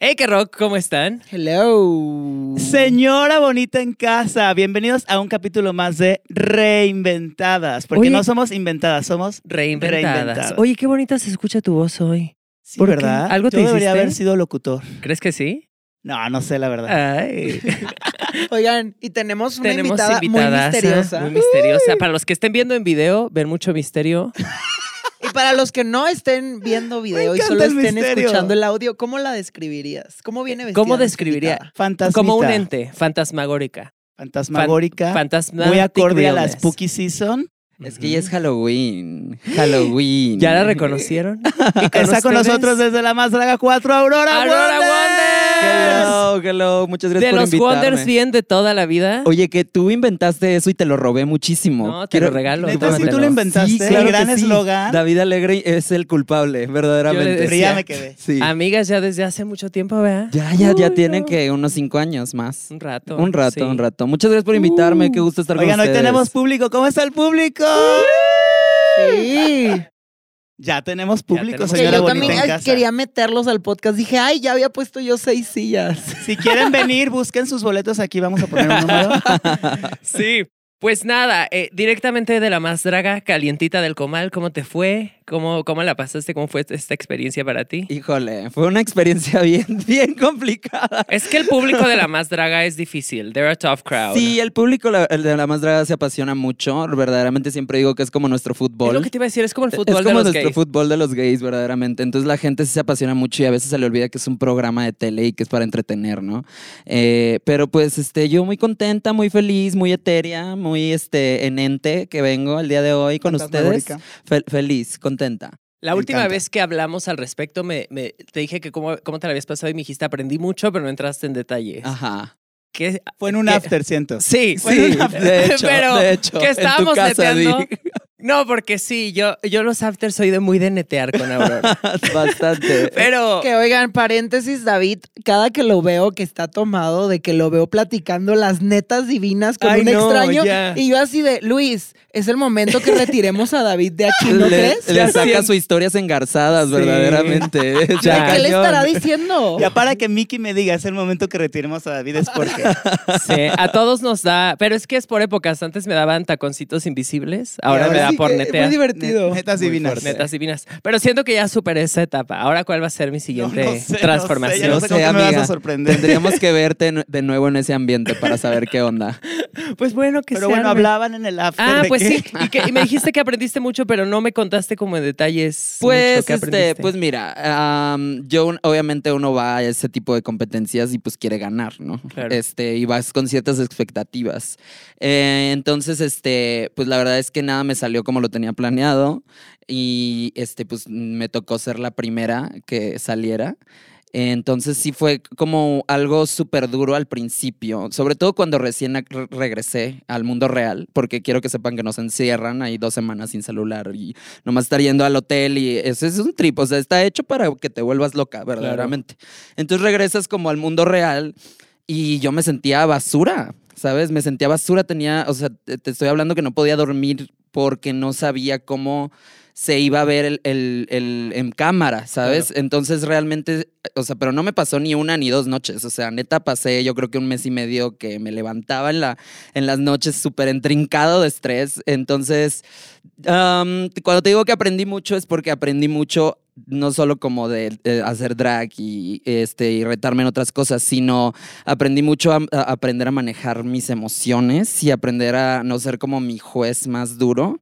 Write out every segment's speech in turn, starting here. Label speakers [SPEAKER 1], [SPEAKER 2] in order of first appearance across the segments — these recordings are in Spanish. [SPEAKER 1] Hey, que rock, ¿cómo están?
[SPEAKER 2] Hello.
[SPEAKER 3] Señora bonita en casa, bienvenidos a un capítulo más de Reinventadas, porque
[SPEAKER 1] Oye.
[SPEAKER 3] no somos inventadas, somos
[SPEAKER 1] Reinventadas.
[SPEAKER 3] Reinventadas.
[SPEAKER 1] Oye, qué bonita se escucha tu voz hoy.
[SPEAKER 3] sí,
[SPEAKER 1] ¿Por qué?
[SPEAKER 3] ¿verdad?
[SPEAKER 1] ¿Algo te
[SPEAKER 3] Yo debería
[SPEAKER 1] hiciste?
[SPEAKER 3] haber sido locutor.
[SPEAKER 1] ¿Crees que sí?
[SPEAKER 3] No, no sé la verdad.
[SPEAKER 1] Ay.
[SPEAKER 2] Oigan, y tenemos una
[SPEAKER 1] Tenemos
[SPEAKER 2] invitada muy
[SPEAKER 1] invitadaza,
[SPEAKER 2] misteriosa.
[SPEAKER 1] Muy misteriosa. Para los que estén viendo en video, ven mucho misterio.
[SPEAKER 2] Y para los que no estén viendo video y
[SPEAKER 3] encanta
[SPEAKER 2] solo
[SPEAKER 3] el
[SPEAKER 2] estén
[SPEAKER 3] misterio.
[SPEAKER 2] escuchando el audio, ¿cómo la describirías? ¿Cómo viene vestida?
[SPEAKER 1] ¿Cómo
[SPEAKER 2] nuestra
[SPEAKER 1] describiría?
[SPEAKER 2] invitada?
[SPEAKER 3] Fantasmita,
[SPEAKER 1] Ah, Como un ente, fantasmagórica.
[SPEAKER 3] fantasmagórica,
[SPEAKER 1] Fantasma.
[SPEAKER 3] muy acorde a la spooky season.
[SPEAKER 4] Es que ya es Halloween. Halloween.
[SPEAKER 1] ¿Ya la reconocieron? Y
[SPEAKER 3] Está con
[SPEAKER 1] ustedes,
[SPEAKER 3] nosotros desde la más draga 4, Aurora,
[SPEAKER 1] Aurora
[SPEAKER 3] Wonders.
[SPEAKER 1] Wonders.
[SPEAKER 4] Hello, hello. Muchas gracias
[SPEAKER 1] De
[SPEAKER 4] por
[SPEAKER 1] los
[SPEAKER 4] invitarme.
[SPEAKER 1] Wonders bien de toda la vida.
[SPEAKER 4] Oye, que tú inventaste eso y te lo robé muchísimo.
[SPEAKER 1] No, te lo regalo,
[SPEAKER 3] ¿Neta,
[SPEAKER 1] tómatelo.
[SPEAKER 3] sí tú lo inventaste?
[SPEAKER 4] Sí, claro
[SPEAKER 3] El
[SPEAKER 4] que
[SPEAKER 3] gran
[SPEAKER 4] sí.
[SPEAKER 3] eslogan.
[SPEAKER 4] David Alegre es el culpable,
[SPEAKER 1] Yo le
[SPEAKER 4] verdaderamente.
[SPEAKER 3] Pero
[SPEAKER 1] decía-
[SPEAKER 3] ya me quedé.
[SPEAKER 4] Sí.
[SPEAKER 1] Amigas ya desde hace mucho tiempo, ¿verdad?
[SPEAKER 4] Ya, ya, ya
[SPEAKER 1] Uy,
[SPEAKER 4] tienen
[SPEAKER 1] no.
[SPEAKER 4] que unos cinco años más.
[SPEAKER 1] Un rato.
[SPEAKER 4] Un rato,
[SPEAKER 1] sí.
[SPEAKER 4] un rato. Muchas gracias por invitarme. Qué gusto estar
[SPEAKER 3] Oigan,
[SPEAKER 4] con
[SPEAKER 3] hoy
[SPEAKER 4] ustedes.
[SPEAKER 3] tenemos público. ¿Cómo está el público?
[SPEAKER 2] Sí.
[SPEAKER 3] Ya tenemos público,
[SPEAKER 1] tenemos
[SPEAKER 2] Que
[SPEAKER 3] señora
[SPEAKER 2] yo
[SPEAKER 3] bonita
[SPEAKER 2] también
[SPEAKER 3] en
[SPEAKER 2] ay,
[SPEAKER 3] casa.
[SPEAKER 2] quería meterlos al podcast. Dije, ay, ya había puesto yo seis sillas.
[SPEAKER 3] Si quieren venir, busquen sus boletos aquí. Vamos a poner un número.
[SPEAKER 1] Sí. Pues nada, eh, directamente de la más draga, calientita del comal, ¿cómo te fue? ¿Cómo, ¿Cómo la pasaste? ¿Cómo fue esta experiencia para ti?
[SPEAKER 4] Híjole, fue una experiencia bien, bien complicada.
[SPEAKER 1] Es que el público de la más draga es difícil. They're a tough crowd.
[SPEAKER 4] Sí, el público la- el de la más draga se apasiona mucho. Verdaderamente siempre digo que es como nuestro
[SPEAKER 1] Es
[SPEAKER 4] fútbol.
[SPEAKER 1] lo que te iba a decir, es como el fútbol
[SPEAKER 4] es como
[SPEAKER 1] de los
[SPEAKER 4] nuestro
[SPEAKER 1] gays.
[SPEAKER 4] fútbol de los gays, verdaderamente. Entonces la gente sí se apasiona mucho y a veces se le olvida que es un programa de tele y que es para entretener, ¿no? Eh, pero pues este, yo muy contenta, muy feliz, muy etérea, muy este, en ente que vengo el día de hoy con ustedes.
[SPEAKER 3] Fantasmagórica.
[SPEAKER 4] Fel- feliz, contenta.
[SPEAKER 1] La
[SPEAKER 4] Me
[SPEAKER 1] última
[SPEAKER 4] encanta.
[SPEAKER 1] vez que hablamos al respecto, me, me- te dije que cómo, cómo te la habías pasado y me dijiste, aprendí mucho, pero no entraste en detalles.
[SPEAKER 4] Ajá.
[SPEAKER 1] ¿Qué-
[SPEAKER 3] Fue en un
[SPEAKER 1] ¿Qué?
[SPEAKER 3] after, siento.
[SPEAKER 1] Sí,
[SPEAKER 4] Sí,
[SPEAKER 1] sí.
[SPEAKER 4] de hecho,
[SPEAKER 1] Pues, pero
[SPEAKER 4] de hecho,
[SPEAKER 1] que
[SPEAKER 4] en tu
[SPEAKER 1] estábamos
[SPEAKER 4] casa, Di.
[SPEAKER 1] neteando. No, porque sí, yo, yo los afters soy de muy de netear con Aurora.
[SPEAKER 4] Bastante.
[SPEAKER 1] Pero
[SPEAKER 2] Que oigan, paréntesis, David, cada que lo veo que está tomado, de que lo veo platicando las netas divinas con
[SPEAKER 1] Ay,
[SPEAKER 2] un
[SPEAKER 1] no,
[SPEAKER 2] extraño.
[SPEAKER 1] ya.
[SPEAKER 2] Y yo así de, Luis, es el momento que retiremos a David de aquí, ¿no
[SPEAKER 4] le,
[SPEAKER 2] crees?
[SPEAKER 4] le
[SPEAKER 1] Ya
[SPEAKER 4] saca
[SPEAKER 1] siento.
[SPEAKER 4] sus historias engarzadas,
[SPEAKER 1] Sí.
[SPEAKER 4] verdaderamente.
[SPEAKER 1] Ya.
[SPEAKER 2] ¿Qué le
[SPEAKER 4] Cañón.
[SPEAKER 2] estará diciendo?
[SPEAKER 3] Ya para que Mickey me diga, es el momento que retiremos a David, es porque.
[SPEAKER 1] sí, a todos nos da. Pero es que es por épocas. Antes me daban taconcitos invisibles, ahora,
[SPEAKER 3] ahora eh,
[SPEAKER 1] me da
[SPEAKER 2] sí
[SPEAKER 1] por
[SPEAKER 2] que
[SPEAKER 1] netear.
[SPEAKER 2] Muy divertido.
[SPEAKER 3] Netas
[SPEAKER 4] Muy
[SPEAKER 3] divinas.
[SPEAKER 4] fuerte.
[SPEAKER 1] Netas divinas. Pero siento que ya superé esa etapa. Ahora, ¿cuál va a ser mi
[SPEAKER 3] No, no
[SPEAKER 1] siguiente
[SPEAKER 3] sé, no sé, ya
[SPEAKER 1] transformación?
[SPEAKER 3] no sé cómo
[SPEAKER 4] No sé,
[SPEAKER 3] me vas a
[SPEAKER 4] amiga.
[SPEAKER 3] sorprender.
[SPEAKER 4] Tendríamos que verte nu- de nuevo en ese ambiente para saber qué onda.
[SPEAKER 1] Pues bueno, que
[SPEAKER 3] Pero
[SPEAKER 1] se
[SPEAKER 3] bueno,
[SPEAKER 1] arme.
[SPEAKER 3] hablaban en el after.
[SPEAKER 1] Ah,
[SPEAKER 3] de
[SPEAKER 1] pues
[SPEAKER 3] que-
[SPEAKER 1] sí. Y, que- y me dijiste que aprendiste mucho, pero no me contaste como en detalles. mucho
[SPEAKER 4] Pues,
[SPEAKER 1] que
[SPEAKER 4] este,
[SPEAKER 1] aprendiste.
[SPEAKER 4] pues mira, am, yo un- obviamente uno va a ese tipo de competencias y pues quiere ganar, ¿no?
[SPEAKER 1] Claro.
[SPEAKER 4] Este, y vas con ciertas expectativas. Eh, entonces, este, pues la verdad es que nada me salió como lo tenía planeado y este, pues me tocó ser la primera que saliera. Entonces sí fue como algo súper duro al principio, sobre todo cuando recién ac- re- regresé al mundo real, porque quiero que sepan que nos encierran ahí dos semanas sin celular y nomás estar yendo al hotel y eso es un trip, o sea, está hecho para que te vuelvas loca, verdaderamente. Entonces regresas como al mundo real y yo me sentía basura, ¿sabes? Me sentía basura, tenía, o sea, te te estoy hablando que no podía dormir porque no sabía cómo se iba a ver el, el- el- en cámara, ¿sabes? Entonces realmente, o sea, pero no me pasó ni una ni dos noches, o sea, neta pasé yo creo que un mes y medio que me levantaba en, la, en las noches súper entrincado de estrés, entonces Am, te- cuando te digo que aprendí mucho es porque aprendí mucho no solo como de, eh, hacer drag y, este, y retarme en otras cosas, sino aprendí mucho a, a aprender a manejar mis emociones y aprender a no ser como mi juez más duro,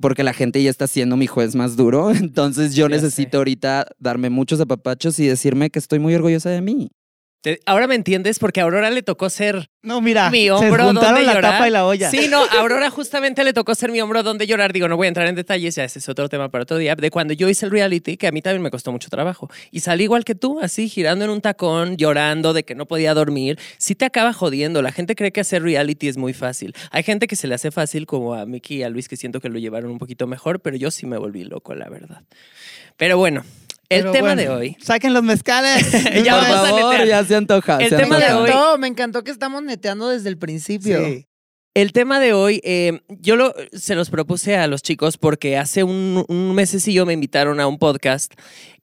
[SPEAKER 4] porque la gente ya está siendo mi juez más duro, entonces yo
[SPEAKER 1] Ya sé.
[SPEAKER 4] necesito ahorita darme muchos apapachos y decirme que estoy muy orgullosa de mí.
[SPEAKER 1] Te- Ahora me entiendes porque a Aurora le tocó ser
[SPEAKER 3] No, mira.
[SPEAKER 1] mi
[SPEAKER 3] se
[SPEAKER 1] hombro
[SPEAKER 3] juntaron
[SPEAKER 1] donde
[SPEAKER 3] la
[SPEAKER 1] llorar.
[SPEAKER 3] tapa y la olla.
[SPEAKER 1] Sí, no, a Aurora justamente le tocó ser mi hombro donde llorar. Digo, no voy a entrar en detalles, ya ese es otro tema para otro día. De cuando yo hice el reality, que a mí también me costó mucho trabajo. Y salí igual que tú, así, girando en un tacón, llorando de que no podía dormir. Sí te acaba jodiendo. La gente cree que hacer reality es muy fácil. Hay gente que se le hace fácil, como a Mickey y a Luis, que siento que lo llevaron un poquito mejor, pero yo sí me volví loco, la verdad. Pero bueno, el
[SPEAKER 3] Pero
[SPEAKER 1] tema de
[SPEAKER 3] bueno,
[SPEAKER 1] hoy.
[SPEAKER 3] Saquen los mezcales.
[SPEAKER 1] Ya
[SPEAKER 4] Por
[SPEAKER 1] vamos a
[SPEAKER 4] favor,
[SPEAKER 1] netear.
[SPEAKER 4] ya se antoja.
[SPEAKER 1] El
[SPEAKER 4] se
[SPEAKER 1] tema de
[SPEAKER 2] me
[SPEAKER 4] antoja.
[SPEAKER 1] hoy-
[SPEAKER 2] encantó, me encantó que estamos neteando desde el principio.
[SPEAKER 3] Sí.
[SPEAKER 1] El tema de hoy, eh, yo lo, se los propuse a los chicos porque hace un, un mesecillo me invitaron a un podcast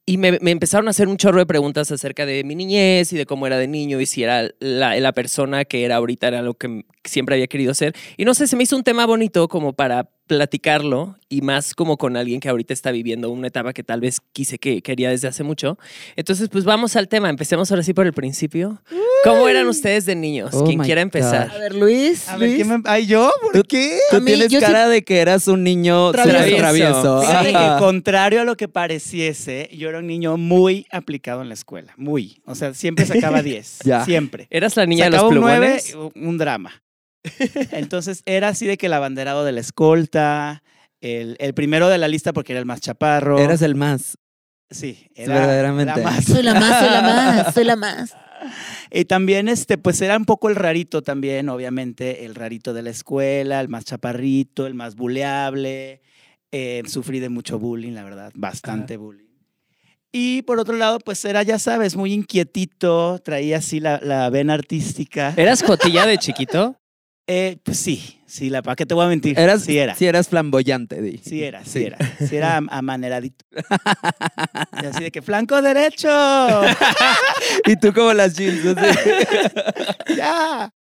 [SPEAKER 1] y me, me empezaron a hacer un chorro de preguntas acerca de mi niñez y de cómo era de niño y si era la, la persona que era ahorita, era lo que m- siempre había querido ser. Y no sé, se me hizo un tema bonito como para platicarlo y más como con alguien que ahorita está viviendo una etapa que tal vez quise que quería desde hace mucho. Entonces, pues vamos al tema. Empecemos ahora sí por el principio. ¿Cómo eran ustedes de niños?
[SPEAKER 4] Oh
[SPEAKER 1] Quien
[SPEAKER 4] my
[SPEAKER 1] quiera empezar.
[SPEAKER 2] A ver, Luis.
[SPEAKER 3] A ver,
[SPEAKER 2] Luis.
[SPEAKER 3] ¿quién me... ¿Ay, yo? ¿Por qué?
[SPEAKER 4] Tú
[SPEAKER 2] A mí,
[SPEAKER 4] tienes
[SPEAKER 2] yo sí-
[SPEAKER 4] cara de que eras un niño
[SPEAKER 1] Travieso.
[SPEAKER 4] travieso. travieso.
[SPEAKER 3] pues,
[SPEAKER 1] Ah.
[SPEAKER 3] Fíjate que,
[SPEAKER 4] Ajá.
[SPEAKER 3] contrario a lo que pareciese, yo era un niño muy aplicado en la escuela. Muy. O sea, siempre sacaba 10.
[SPEAKER 4] Ya.
[SPEAKER 3] Siempre.
[SPEAKER 1] ¿Eras la niña de los
[SPEAKER 3] sacaba un 9,
[SPEAKER 1] plumones?
[SPEAKER 3] un drama. Entonces, era así de que el abanderado de la escolta, el, el primero de la lista porque era el más chaparro.
[SPEAKER 4] Eras el más.
[SPEAKER 3] Sí,
[SPEAKER 4] Es
[SPEAKER 3] era,
[SPEAKER 4] verdaderamente.
[SPEAKER 3] era más.
[SPEAKER 2] Soy la más, soy la más, soy la más.
[SPEAKER 3] Y también, este, pues era un poco el rarito también, obviamente, el rarito de la escuela, el más chaparrito, el más buleable. Eh, sufrí de mucho bullying, la verdad, bastante bullying. Y por otro lado, pues era, ya sabes, muy inquietito, traía así la, la vena artística.
[SPEAKER 1] ¿Eras cotilla de chiquito?
[SPEAKER 3] Eh, pues sí, sí, la, ¿para qué te voy a mentir?
[SPEAKER 4] Eras,
[SPEAKER 3] sí era.
[SPEAKER 4] Si eras flamboyante, di.
[SPEAKER 3] Sí era, sí,
[SPEAKER 4] Sí.
[SPEAKER 3] era. Sí era am- amaneradito. Y así de que, flanco derecho,
[SPEAKER 4] Y tú como las jeans. así.
[SPEAKER 3] ya.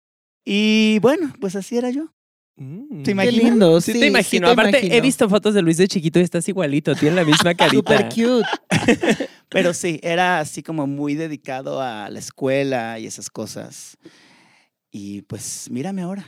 [SPEAKER 3] Y bueno, pues así era yo.
[SPEAKER 4] Mm.
[SPEAKER 3] ¿Te
[SPEAKER 2] Qué
[SPEAKER 3] imaginas?
[SPEAKER 2] lindo.
[SPEAKER 1] Sí,
[SPEAKER 2] Sí,
[SPEAKER 1] te imagino. Aparte, he
[SPEAKER 2] imagino.
[SPEAKER 1] visto fotos de Luis de chiquito y estás igualito. Tiene la misma carita.
[SPEAKER 2] Super cute.
[SPEAKER 3] Pero sí, era así como muy dedicado a la escuela y esas cosas. Y pues mírame ahora,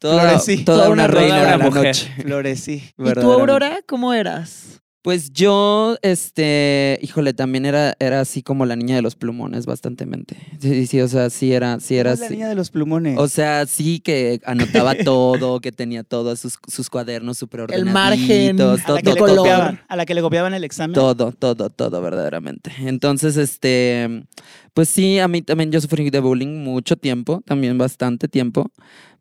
[SPEAKER 4] Toda,
[SPEAKER 3] Florecí.
[SPEAKER 4] toda
[SPEAKER 1] Toda
[SPEAKER 4] una
[SPEAKER 1] una
[SPEAKER 4] reina
[SPEAKER 1] reina,
[SPEAKER 4] de la
[SPEAKER 1] una mujer.
[SPEAKER 4] noche.
[SPEAKER 3] florecí.
[SPEAKER 2] ¿Y tú,
[SPEAKER 4] verdaderamente.
[SPEAKER 2] Aurora, cómo eras?
[SPEAKER 4] Pues yo, este, híjole, también era, era así como la niña de los plumones, bastantemente. Sí, sí, sí, o sea, sí era, sí era
[SPEAKER 3] Eras la
[SPEAKER 4] así.
[SPEAKER 3] niña de los plumones.
[SPEAKER 4] O sea, sí que anotaba todo, que tenía todos sus, sus cuadernos súper
[SPEAKER 2] El
[SPEAKER 4] ordenaditos.
[SPEAKER 2] margen,
[SPEAKER 3] a la,
[SPEAKER 4] todo,
[SPEAKER 3] que le
[SPEAKER 2] todo, todo.
[SPEAKER 3] copiaban, a la que le copiaban el examen.
[SPEAKER 4] Todo, todo, todo, verdaderamente. Entonces, este, pues sí, a mí también yo sufrí de bullying mucho tiempo, también bastante tiempo,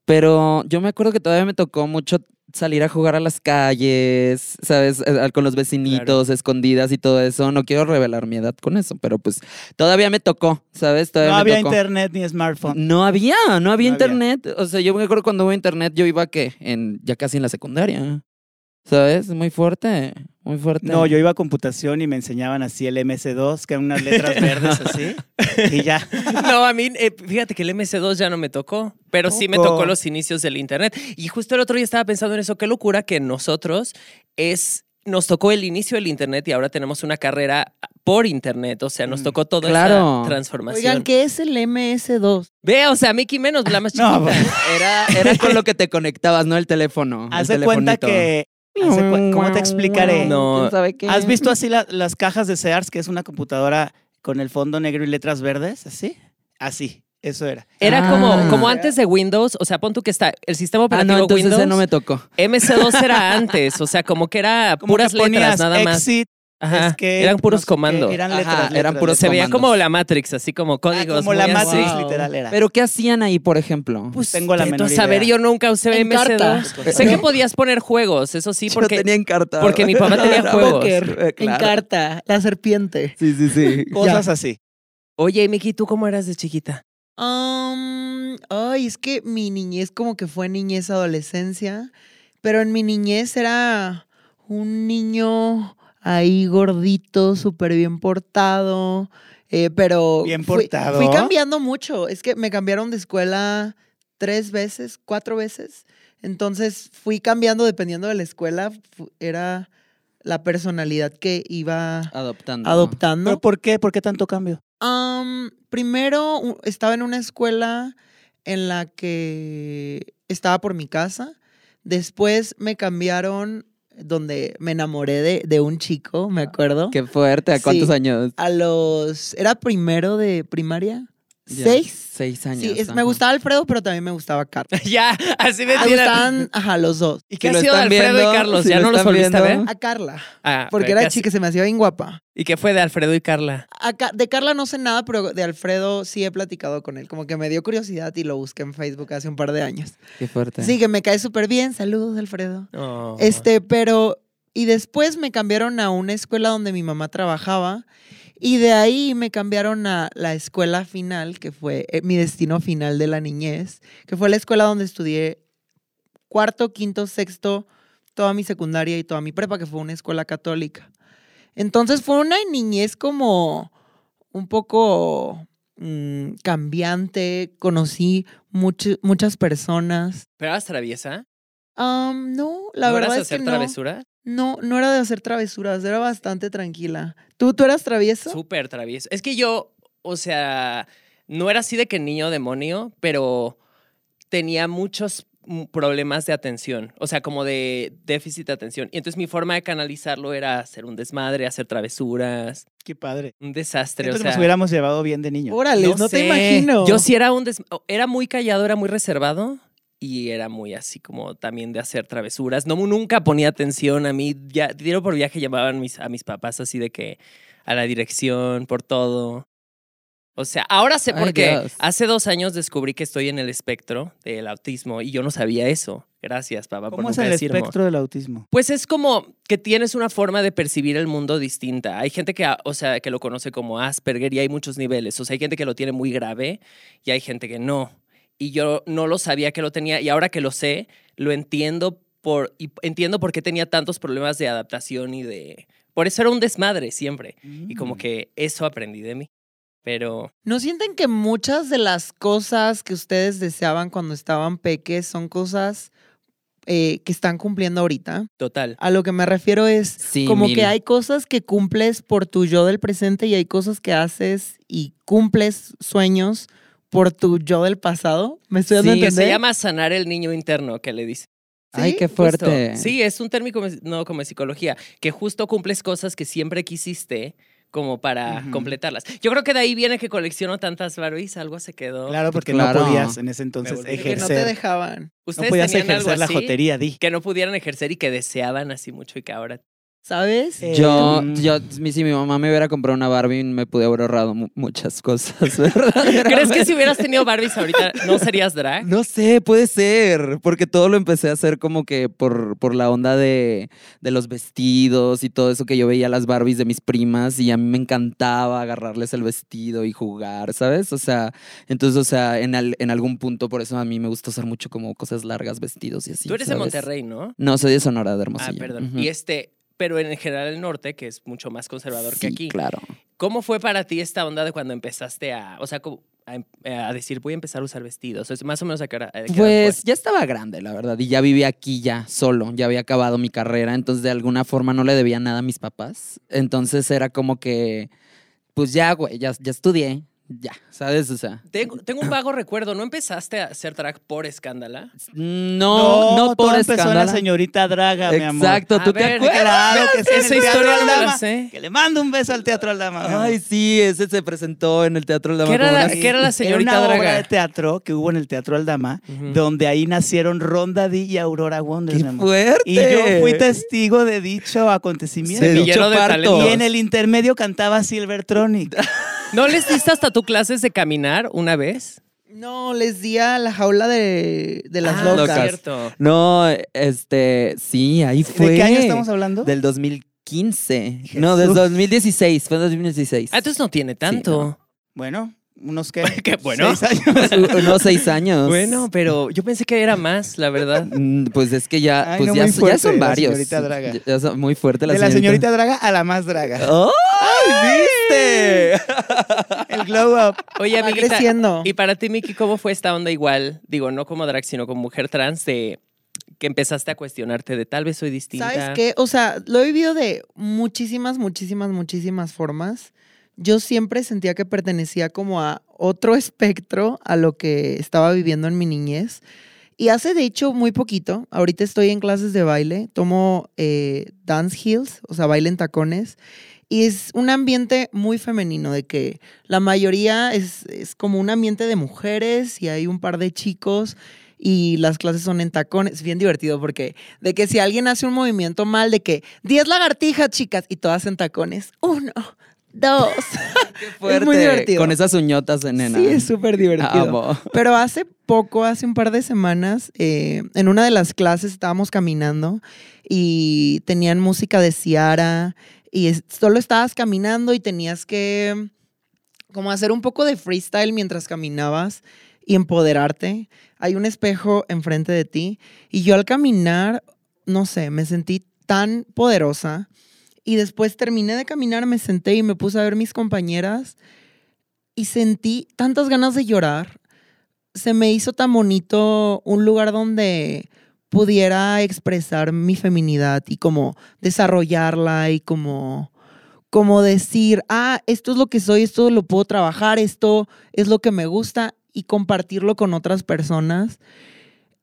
[SPEAKER 4] pero yo me acuerdo que todavía me tocó mucho salir a jugar a las calles, ¿sabes? Eh, al- Con los vecinitos, escondidas y todo eso. No quiero revelar mi edad con eso, pero pues todavía me tocó, ¿sabes? Todavía
[SPEAKER 3] no
[SPEAKER 4] me
[SPEAKER 3] había
[SPEAKER 4] tocó.
[SPEAKER 3] internet ni smartphone.
[SPEAKER 4] No había, no había
[SPEAKER 3] No había.
[SPEAKER 4] internet. O sea, yo me acuerdo cuando hubo internet, yo iba que en ya casi en la secundaria. ¿Sabes? Muy fuerte, muy fuerte.
[SPEAKER 3] No, yo iba a computación y me enseñaban así el MS2, que eran unas letras verdes así. Y ya.
[SPEAKER 1] No, a mí, eh, fíjate que el MC2 ya no me tocó, pero sí me
[SPEAKER 3] Poco.
[SPEAKER 1] tocó los inicios del Internet. Y justo el otro día estaba pensando en eso. Qué locura que nosotros es. Nos tocó el inicio del Internet y ahora tenemos una carrera por Internet. O sea, nos
[SPEAKER 3] Mm,
[SPEAKER 1] tocó toda
[SPEAKER 4] claro.
[SPEAKER 1] esa transformación.
[SPEAKER 2] Oigan, ¿qué es el MS2?
[SPEAKER 1] Ve, o sea, Mickey menos, la más chiquita.
[SPEAKER 3] No, pues,
[SPEAKER 4] Era, era con lo que te conectabas, ¿no? El teléfono. el
[SPEAKER 3] haz de cuenta
[SPEAKER 4] telefonito.
[SPEAKER 3] que. haz de cuen- ¿Cómo te explicaré?
[SPEAKER 1] No.
[SPEAKER 4] ¿Quién sabe qué?
[SPEAKER 3] ¿Has visto así la- las cajas de Sears, que es una computadora con el fondo negro y letras verdes? Así. Así. Eso era.
[SPEAKER 1] Era
[SPEAKER 4] Ah.
[SPEAKER 1] como, como antes de Windows. O sea, pon tú que está el sistema
[SPEAKER 4] Ah,
[SPEAKER 1] operativo
[SPEAKER 4] no, entonces
[SPEAKER 1] Windows.
[SPEAKER 4] ese no me tocó.
[SPEAKER 1] MC2 era antes, o sea, como que era
[SPEAKER 3] Como
[SPEAKER 1] puras
[SPEAKER 3] que ponías
[SPEAKER 1] letras nada más.
[SPEAKER 3] exit,
[SPEAKER 1] Ajá,
[SPEAKER 3] escape,
[SPEAKER 1] eran puros
[SPEAKER 3] no sé qué,
[SPEAKER 1] comandos.
[SPEAKER 3] Eran
[SPEAKER 4] Ajá,
[SPEAKER 3] letras,
[SPEAKER 4] eran
[SPEAKER 3] letras,
[SPEAKER 4] puros
[SPEAKER 1] se
[SPEAKER 3] letras.
[SPEAKER 1] veía
[SPEAKER 4] comandos.
[SPEAKER 1] como la Matrix, así como códigos.
[SPEAKER 3] Ah, como la
[SPEAKER 1] muy así.
[SPEAKER 3] Matrix,
[SPEAKER 2] Wow.
[SPEAKER 3] literal era.
[SPEAKER 4] ¿Pero qué hacían ahí, por ejemplo?
[SPEAKER 3] Ah. Pues tengo la menor
[SPEAKER 1] Entonces, a
[SPEAKER 3] idea.
[SPEAKER 1] ver, yo nunca usé
[SPEAKER 2] En
[SPEAKER 3] Pues,
[SPEAKER 1] MC2.
[SPEAKER 2] carta.
[SPEAKER 1] Sé que podías poner juegos, eso sí,
[SPEAKER 4] Yo
[SPEAKER 1] porque
[SPEAKER 4] tenía encartado.
[SPEAKER 1] porque mi papá tenía
[SPEAKER 4] Era
[SPEAKER 1] juegos.
[SPEAKER 4] póker, eh,
[SPEAKER 2] En
[SPEAKER 4] claro.
[SPEAKER 2] carta, la serpiente.
[SPEAKER 4] Sí, sí, sí.
[SPEAKER 3] Cosas así.
[SPEAKER 1] Oye, Miki, ¿tú cómo eras de chiquita?
[SPEAKER 2] Um, ay, es que mi niñez como que fue niñez adolescencia, pero en mi niñez era un niño ahí gordito, súper bien portado, eh, pero
[SPEAKER 3] Bien
[SPEAKER 2] fui-
[SPEAKER 3] portado.
[SPEAKER 2] Fui, cambiando mucho, es que me cambiaron de escuela tres veces, cuatro veces, entonces fui cambiando dependiendo de la escuela, fu- era la personalidad que iba
[SPEAKER 4] Ah, Adoptando.
[SPEAKER 2] adoptando.
[SPEAKER 3] ¿Pero por qué? ¿Por qué tanto cambio?
[SPEAKER 2] Am, primero u- estaba en una escuela en la que estaba por mi casa. Después me cambiaron donde me enamoré de, de un chico, me acuerdo.
[SPEAKER 4] Ah, Qué fuerte. ¿A cuántos
[SPEAKER 2] Sí. Ah,
[SPEAKER 4] años?
[SPEAKER 2] A los... Era primero de primaria.
[SPEAKER 4] Ya,
[SPEAKER 2] ¿Seis?
[SPEAKER 4] Seis años.
[SPEAKER 2] Sí, es- me
[SPEAKER 4] ajá.
[SPEAKER 2] gustaba Alfredo, pero también me gustaba Carlos.
[SPEAKER 1] ya, así me
[SPEAKER 2] Me
[SPEAKER 1] tiran.
[SPEAKER 2] gustaban, ajá, los dos.
[SPEAKER 1] ¿Y qué
[SPEAKER 4] Si
[SPEAKER 1] ha
[SPEAKER 4] lo
[SPEAKER 1] sido de
[SPEAKER 4] están
[SPEAKER 1] Alfredo
[SPEAKER 4] viendo,
[SPEAKER 1] y Carlos?
[SPEAKER 4] si
[SPEAKER 1] ¿Ya
[SPEAKER 4] lo
[SPEAKER 1] no los
[SPEAKER 4] están
[SPEAKER 1] volviste a ver?
[SPEAKER 4] viendo.
[SPEAKER 2] A Carla,
[SPEAKER 1] Ah,
[SPEAKER 2] porque
[SPEAKER 1] pero
[SPEAKER 2] era
[SPEAKER 1] casi.
[SPEAKER 2] chica, se me hacía bien guapa.
[SPEAKER 1] ¿Y qué fue de Alfredo y Carla?
[SPEAKER 2] A Ca- de Carla no sé nada, pero de Alfredo sí he platicado con él. Como que me dio curiosidad y lo busqué en Facebook hace un par de años.
[SPEAKER 4] Qué fuerte.
[SPEAKER 2] Sí, que me cae súper bien. Saludos, Alfredo.
[SPEAKER 1] Oh,
[SPEAKER 2] Este, pero. Y después me cambiaron a una escuela donde mi mamá trabajaba. Y de ahí me cambiaron a la escuela final, que fue eh, mi destino final de la niñez, que fue la escuela donde estudié cuarto, quinto, sexto, toda mi secundaria y toda mi prepa, que fue una escuela católica. Entonces fue una niñez como un poco mm, cambiante, conocí much- muchas personas.
[SPEAKER 1] ¿Pero eras traviesa?
[SPEAKER 2] Am, no, la
[SPEAKER 1] ¿No eras
[SPEAKER 2] verdad
[SPEAKER 1] de
[SPEAKER 2] es que
[SPEAKER 1] hacer
[SPEAKER 2] no.
[SPEAKER 1] travesura?
[SPEAKER 2] No, no era de hacer travesuras, era bastante tranquila. ¿Tú, tú eras traviesa?
[SPEAKER 1] Súper traviesa. Es que yo, o sea, no era así de que niño demonio, pero tenía muchos mm, problemas de atención, o sea, como de déficit de atención. Y entonces mi forma de canalizarlo era hacer un desmadre, hacer travesuras,
[SPEAKER 3] Qué padre.
[SPEAKER 1] un desastre.
[SPEAKER 3] Entonces
[SPEAKER 1] o sea,
[SPEAKER 3] nos hubiéramos llevado bien de niño.
[SPEAKER 2] Órale, no, te
[SPEAKER 1] sé.
[SPEAKER 2] imagino.
[SPEAKER 1] Yo sí era un des- era muy callado, era muy reservado y era muy así como también de hacer travesuras. No nunca ponía atención a mí. Ya tiro por viaje llamaban mis, a mis papás así de que a la dirección por todo. O sea, ahora sé por
[SPEAKER 4] Ay,
[SPEAKER 1] qué.
[SPEAKER 4] Dios.
[SPEAKER 1] Hace dos años descubrí que estoy en el espectro del autismo y yo no sabía eso. Gracias, papá, por
[SPEAKER 3] ¿Cómo es
[SPEAKER 1] nunca
[SPEAKER 3] el
[SPEAKER 1] decirme.
[SPEAKER 3] espectro del autismo?
[SPEAKER 1] Pues es como que tienes una forma de percibir el mundo distinta. Hay gente que, ah, o sea, que lo conoce como Asperger y hay muchos niveles. O sea, hay gente que lo tiene muy grave y hay gente que no. Y yo no lo sabía que lo tenía y ahora que lo sé, lo entiendo por y entiendo por qué tenía tantos problemas de adaptación y de por eso era un desmadre siempre. Y
[SPEAKER 2] Mm.
[SPEAKER 4] Mm.
[SPEAKER 1] como que eso aprendí de mí. Pero
[SPEAKER 2] ¿No sienten que muchas de las cosas que ustedes deseaban cuando estaban peques son cosas eh, que están cumpliendo ahorita?
[SPEAKER 1] total.
[SPEAKER 2] A lo que me refiero es
[SPEAKER 4] Sí,
[SPEAKER 2] como
[SPEAKER 4] mil.
[SPEAKER 2] que hay cosas que cumples por tu yo del presente y hay cosas que haces y cumples sueños por tu yo del pasado. ¿Me estoy dando a
[SPEAKER 1] Sí,
[SPEAKER 2] entender?
[SPEAKER 1] se llama sanar el niño interno que le dice.
[SPEAKER 4] Ay,
[SPEAKER 2] ¿Sí?
[SPEAKER 4] qué
[SPEAKER 1] Justo.
[SPEAKER 4] fuerte.
[SPEAKER 1] Sí, es un término como, no, como de psicología, que justo cumples cosas que siempre quisiste como para
[SPEAKER 3] Ujú.
[SPEAKER 1] completarlas. Yo creo que de ahí viene que colecciono tantas Barbies, algo se quedó.
[SPEAKER 3] Claro, porque
[SPEAKER 4] Claro.
[SPEAKER 3] no podías en ese
[SPEAKER 1] Me
[SPEAKER 3] entonces
[SPEAKER 1] volví-
[SPEAKER 2] Que no te
[SPEAKER 3] ejercer.
[SPEAKER 2] dejaban.
[SPEAKER 3] No,
[SPEAKER 1] Ustedes
[SPEAKER 3] podías
[SPEAKER 1] tenían
[SPEAKER 3] ejercer
[SPEAKER 1] algo
[SPEAKER 3] la
[SPEAKER 1] así
[SPEAKER 3] jotería, di.
[SPEAKER 1] que no pudieran ejercer y que deseaban así mucho y que ahora
[SPEAKER 2] ¿Sabes?
[SPEAKER 3] Eh,
[SPEAKER 4] Yo,
[SPEAKER 3] Mm.
[SPEAKER 4] yo, mi- si mi mamá me hubiera comprado una Barbie, me pude haber ahorrado mu- muchas cosas, ¿verdad?
[SPEAKER 1] ¿Crees que si hubieras tenido Barbies ahorita no serías drag?
[SPEAKER 4] No sé, puede ser, porque todo lo empecé a hacer como que por, por la onda de, de los vestidos y todo eso que yo veía las Barbies de mis primas y a mí me encantaba agarrarles el vestido y jugar, ¿sabes? O sea, entonces, o sea, en, al- en algún punto por eso a mí me gusta usar mucho como cosas largas, vestidos y así.
[SPEAKER 1] Tú eres de
[SPEAKER 4] ¿sabes?
[SPEAKER 1] Monterrey, ¿no?
[SPEAKER 4] No, soy de Sonora, de
[SPEAKER 1] Ah,
[SPEAKER 4] Hermosillo.
[SPEAKER 1] perdón.
[SPEAKER 4] Ujú.
[SPEAKER 1] Y este, pero en general el norte, que es mucho más conservador que
[SPEAKER 4] Sí,
[SPEAKER 1] aquí.
[SPEAKER 4] claro.
[SPEAKER 1] ¿Cómo fue para ti esta onda de cuando empezaste a, o sea, como a, em- a decir voy a empezar a usar vestidos? Es más o menos a qué hora. a qué edad fue?
[SPEAKER 4] Pues ya estaba grande, la verdad, y ya vivía aquí ya solo, ya había acabado mi carrera, entonces de alguna forma no le debía nada a mis papás. Entonces era como que, pues ya, güey, ya, ya estudié, ya, ¿sabes? O sea,
[SPEAKER 1] Tengo, tengo un vago recuerdo, ¿no empezaste a hacer drag por escándala?
[SPEAKER 4] no, no,
[SPEAKER 3] todo
[SPEAKER 4] por
[SPEAKER 3] empezó en
[SPEAKER 4] escándalo.
[SPEAKER 3] la señorita Draga, mi amor.
[SPEAKER 4] Exacto,
[SPEAKER 1] A
[SPEAKER 4] ¿tú te
[SPEAKER 1] ver,
[SPEAKER 4] acuerdas?
[SPEAKER 3] Claro que sí. en
[SPEAKER 1] Esa
[SPEAKER 3] el Teatro
[SPEAKER 1] historia no
[SPEAKER 3] al
[SPEAKER 1] me la
[SPEAKER 3] Dama.
[SPEAKER 1] sé.
[SPEAKER 3] Que le mando un beso al Teatro al Dama. mi amor.
[SPEAKER 4] Ay, sí, ese se presentó en el Teatro de la
[SPEAKER 1] ¿Qué era
[SPEAKER 4] Mamá,
[SPEAKER 1] la-
[SPEAKER 4] una-
[SPEAKER 1] qué era la señorita
[SPEAKER 3] Era una obra
[SPEAKER 1] Draga?
[SPEAKER 3] de teatro que hubo en el Teatro al Dama,
[SPEAKER 1] Ujú.
[SPEAKER 3] donde ahí nacieron Ronda D y Aurora
[SPEAKER 4] ¡Qué
[SPEAKER 3] Wonders, mi amor.
[SPEAKER 4] fuerte!
[SPEAKER 3] Y yo fui testigo de dicho acontecimiento.
[SPEAKER 4] Se
[SPEAKER 1] Semillero
[SPEAKER 4] dicho
[SPEAKER 1] de
[SPEAKER 4] parto.
[SPEAKER 1] talentos.
[SPEAKER 3] Y en el intermedio cantaba Silvertronic.
[SPEAKER 1] ¿No les diste hasta tu clases de caminar una vez?
[SPEAKER 2] No, les di a la jaula de, de las
[SPEAKER 1] Ah,
[SPEAKER 2] locas.
[SPEAKER 4] locas.
[SPEAKER 1] Cierto.
[SPEAKER 4] No, este, sí, ahí fue.
[SPEAKER 3] ¿De qué año estamos hablando?
[SPEAKER 4] Del 2015. No, del
[SPEAKER 3] Jesús.
[SPEAKER 4] 2016, fue en 2016.
[SPEAKER 1] Ah, entonces no tiene tanto.
[SPEAKER 3] Bueno, unos que.
[SPEAKER 1] Qué bueno.
[SPEAKER 3] Seis años.
[SPEAKER 4] U- unos seis años.
[SPEAKER 1] Bueno, pero yo pensé que era más, la verdad.
[SPEAKER 4] Mm, Pues es que ya,
[SPEAKER 3] Ay,
[SPEAKER 4] pues
[SPEAKER 3] no,
[SPEAKER 4] ya,
[SPEAKER 3] muy
[SPEAKER 4] so- ya
[SPEAKER 3] fuerte
[SPEAKER 4] son
[SPEAKER 3] la
[SPEAKER 4] varios.
[SPEAKER 3] señorita Draga.
[SPEAKER 4] Ya- ya son muy fuerte la
[SPEAKER 3] de la
[SPEAKER 4] señorita.
[SPEAKER 3] señorita Draga a la más Draga.
[SPEAKER 4] ¡Oh!
[SPEAKER 3] ¡Viste! El glow up. Pues,
[SPEAKER 1] Oye,
[SPEAKER 2] Va
[SPEAKER 1] amiguita,
[SPEAKER 2] creciendo.
[SPEAKER 1] y para ti, Miki, ¿cómo fue esta onda igual? Digo, no como drag, sino como mujer trans, de que empezaste a cuestionarte de tal vez soy distinta.
[SPEAKER 2] ¿Sabes qué? O sea, lo he vivido de muchísimas, muchísimas, muchísimas formas. Yo siempre sentía que pertenecía como a otro espectro a lo que estaba viviendo en mi niñez. Y hace, de hecho, muy poquito. Ahorita estoy en clases de baile. Tomo eh, dance heels, o sea, baile en tacones. Y es un ambiente muy femenino, de que la mayoría es, es como un ambiente de mujeres y hay un par de chicos y las clases son en tacones. Es bien divertido porque de que si alguien hace un movimiento mal, de que 10 lagartijas, chicas, y todas en tacones. Uno, dos.
[SPEAKER 4] ¡Qué fuerte!
[SPEAKER 2] divertido.
[SPEAKER 4] Con esas uñotas de nena. Ah,
[SPEAKER 2] sí, es súper divertido.
[SPEAKER 4] Amo.
[SPEAKER 2] Pero hace poco, hace un par de semanas, eh, en una de las clases estábamos caminando y tenían música de Ciara y es- solo estabas caminando y tenías que como hacer un poco de freestyle mientras caminabas y empoderarte. Hay un espejo enfrente de ti y yo al caminar, no sé, me sentí tan poderosa Y después terminé de caminar, me senté y me puse a ver mis compañeras y sentí tantas ganas de llorar. Se me hizo tan bonito un lugar donde pudiera expresar mi feminidad y como desarrollarla y como como decir, ah, esto es lo que soy, esto lo puedo trabajar, esto es lo que me gusta y compartirlo con otras personas.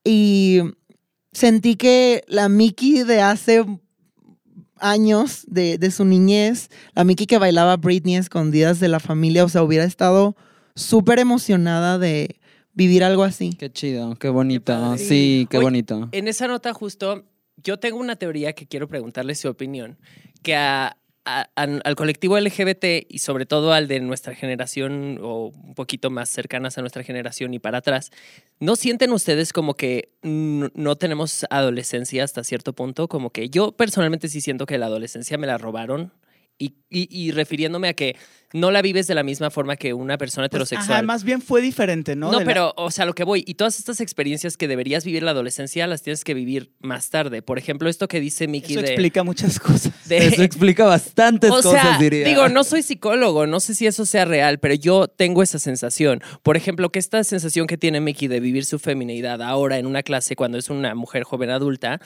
[SPEAKER 2] Y sentí que la Mickey de hace años, de, de su niñez, la Mickey que bailaba Britney escondidas de la familia, o sea, hubiera estado súper emocionada de vivir algo así.
[SPEAKER 4] Qué chido, qué eh, bonito. sí, qué
[SPEAKER 1] Oye,
[SPEAKER 4] bonito.
[SPEAKER 1] En esa nota justo, yo tengo una teoría que quiero preguntarle su opinión, que a- a- a- al colectivo LGBT y sobre todo al de nuestra generación o un poquito más cercanas a nuestra generación y para atrás, ¿no sienten ustedes como que n- no tenemos adolescencia hasta cierto punto? Como que yo personalmente sí siento que la adolescencia me la robaron. Y, y- y refiriéndome a que no la vives de la misma forma que una persona
[SPEAKER 3] Pues,
[SPEAKER 1] heterosexual.
[SPEAKER 3] ajá, más bien fue diferente, ¿no?
[SPEAKER 1] No,
[SPEAKER 3] De la-
[SPEAKER 1] pero, o sea, lo que voy, y todas estas experiencias que deberías vivir en la adolescencia las tienes que vivir más tarde. Por ejemplo, esto que dice Mickey
[SPEAKER 3] Eso
[SPEAKER 1] de.
[SPEAKER 3] explica muchas cosas.
[SPEAKER 1] de-
[SPEAKER 4] Eso explica bastantes
[SPEAKER 1] o sea,
[SPEAKER 4] cosas, diría.
[SPEAKER 1] digo, no soy psicólogo, no sé si eso sea real, pero yo tengo esa sensación. Por ejemplo, que esta sensación que tiene Mickey de vivir su feminidad ahora en una clase cuando es una mujer joven adulta,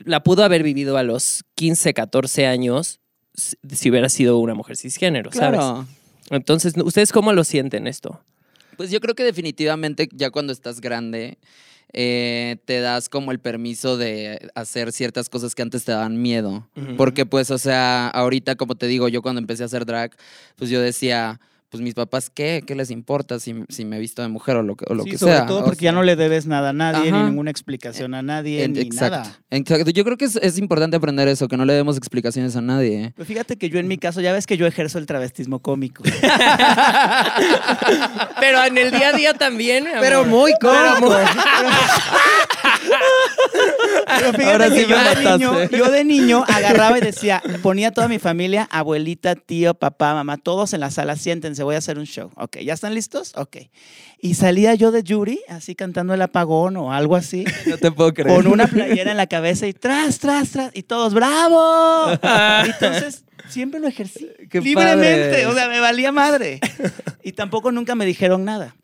[SPEAKER 1] la pudo haber vivido a los 15, 14 años si si hubiera sido una mujer cisgénero, ¿sabes?
[SPEAKER 4] Claro.
[SPEAKER 1] Entonces, ¿ustedes cómo lo sienten esto?
[SPEAKER 4] Pues yo creo que definitivamente ya cuando estás grande eh, te das como el permiso de hacer ciertas cosas que antes te daban miedo.
[SPEAKER 1] Ujú.
[SPEAKER 4] Porque pues, o sea, ahorita como te digo, yo cuando empecé a hacer drag, pues yo decía, pues mis papás, ¿qué? ¿Qué les importa si, si me he visto de mujer o lo que, o lo
[SPEAKER 3] Sí,
[SPEAKER 4] que
[SPEAKER 3] sobre
[SPEAKER 4] sea?
[SPEAKER 3] todo
[SPEAKER 4] O
[SPEAKER 3] porque ya no le debes nada a nadie,
[SPEAKER 4] Ajá.
[SPEAKER 3] ni ninguna explicación a nadie,
[SPEAKER 4] En-
[SPEAKER 3] ni
[SPEAKER 4] exacto.
[SPEAKER 3] nada.
[SPEAKER 4] Exacto. Yo creo que es, es importante aprender eso, que no le demos explicaciones a nadie. ¿eh?
[SPEAKER 3] Pero fíjate que yo en mi caso, ya ves que yo ejerzo el travestismo cómico.
[SPEAKER 1] Pero en el día a día también. mi
[SPEAKER 2] Pero
[SPEAKER 1] amor.
[SPEAKER 2] muy cómodo.
[SPEAKER 3] Pero fíjate
[SPEAKER 4] Ahora
[SPEAKER 3] que
[SPEAKER 4] sí me
[SPEAKER 3] yo, de
[SPEAKER 4] mataste.
[SPEAKER 3] niño, yo de niño agarraba y decía, ponía a toda mi familia, abuelita, tío, papá, mamá, todos en la sala, siéntense, voy a hacer un show. Ok, ¿ya están listos? Ok. Y salía yo de Yuri, así cantando el apagón o algo así,
[SPEAKER 4] No te puedo creer.
[SPEAKER 3] con una playera en la cabeza y tras, tras, tras, y todos, ¡bravo! Entonces, siempre lo ejercí.
[SPEAKER 4] Qué
[SPEAKER 3] libremente,
[SPEAKER 4] padre.
[SPEAKER 3] o sea, me valía madre. Y tampoco nunca me dijeron nada.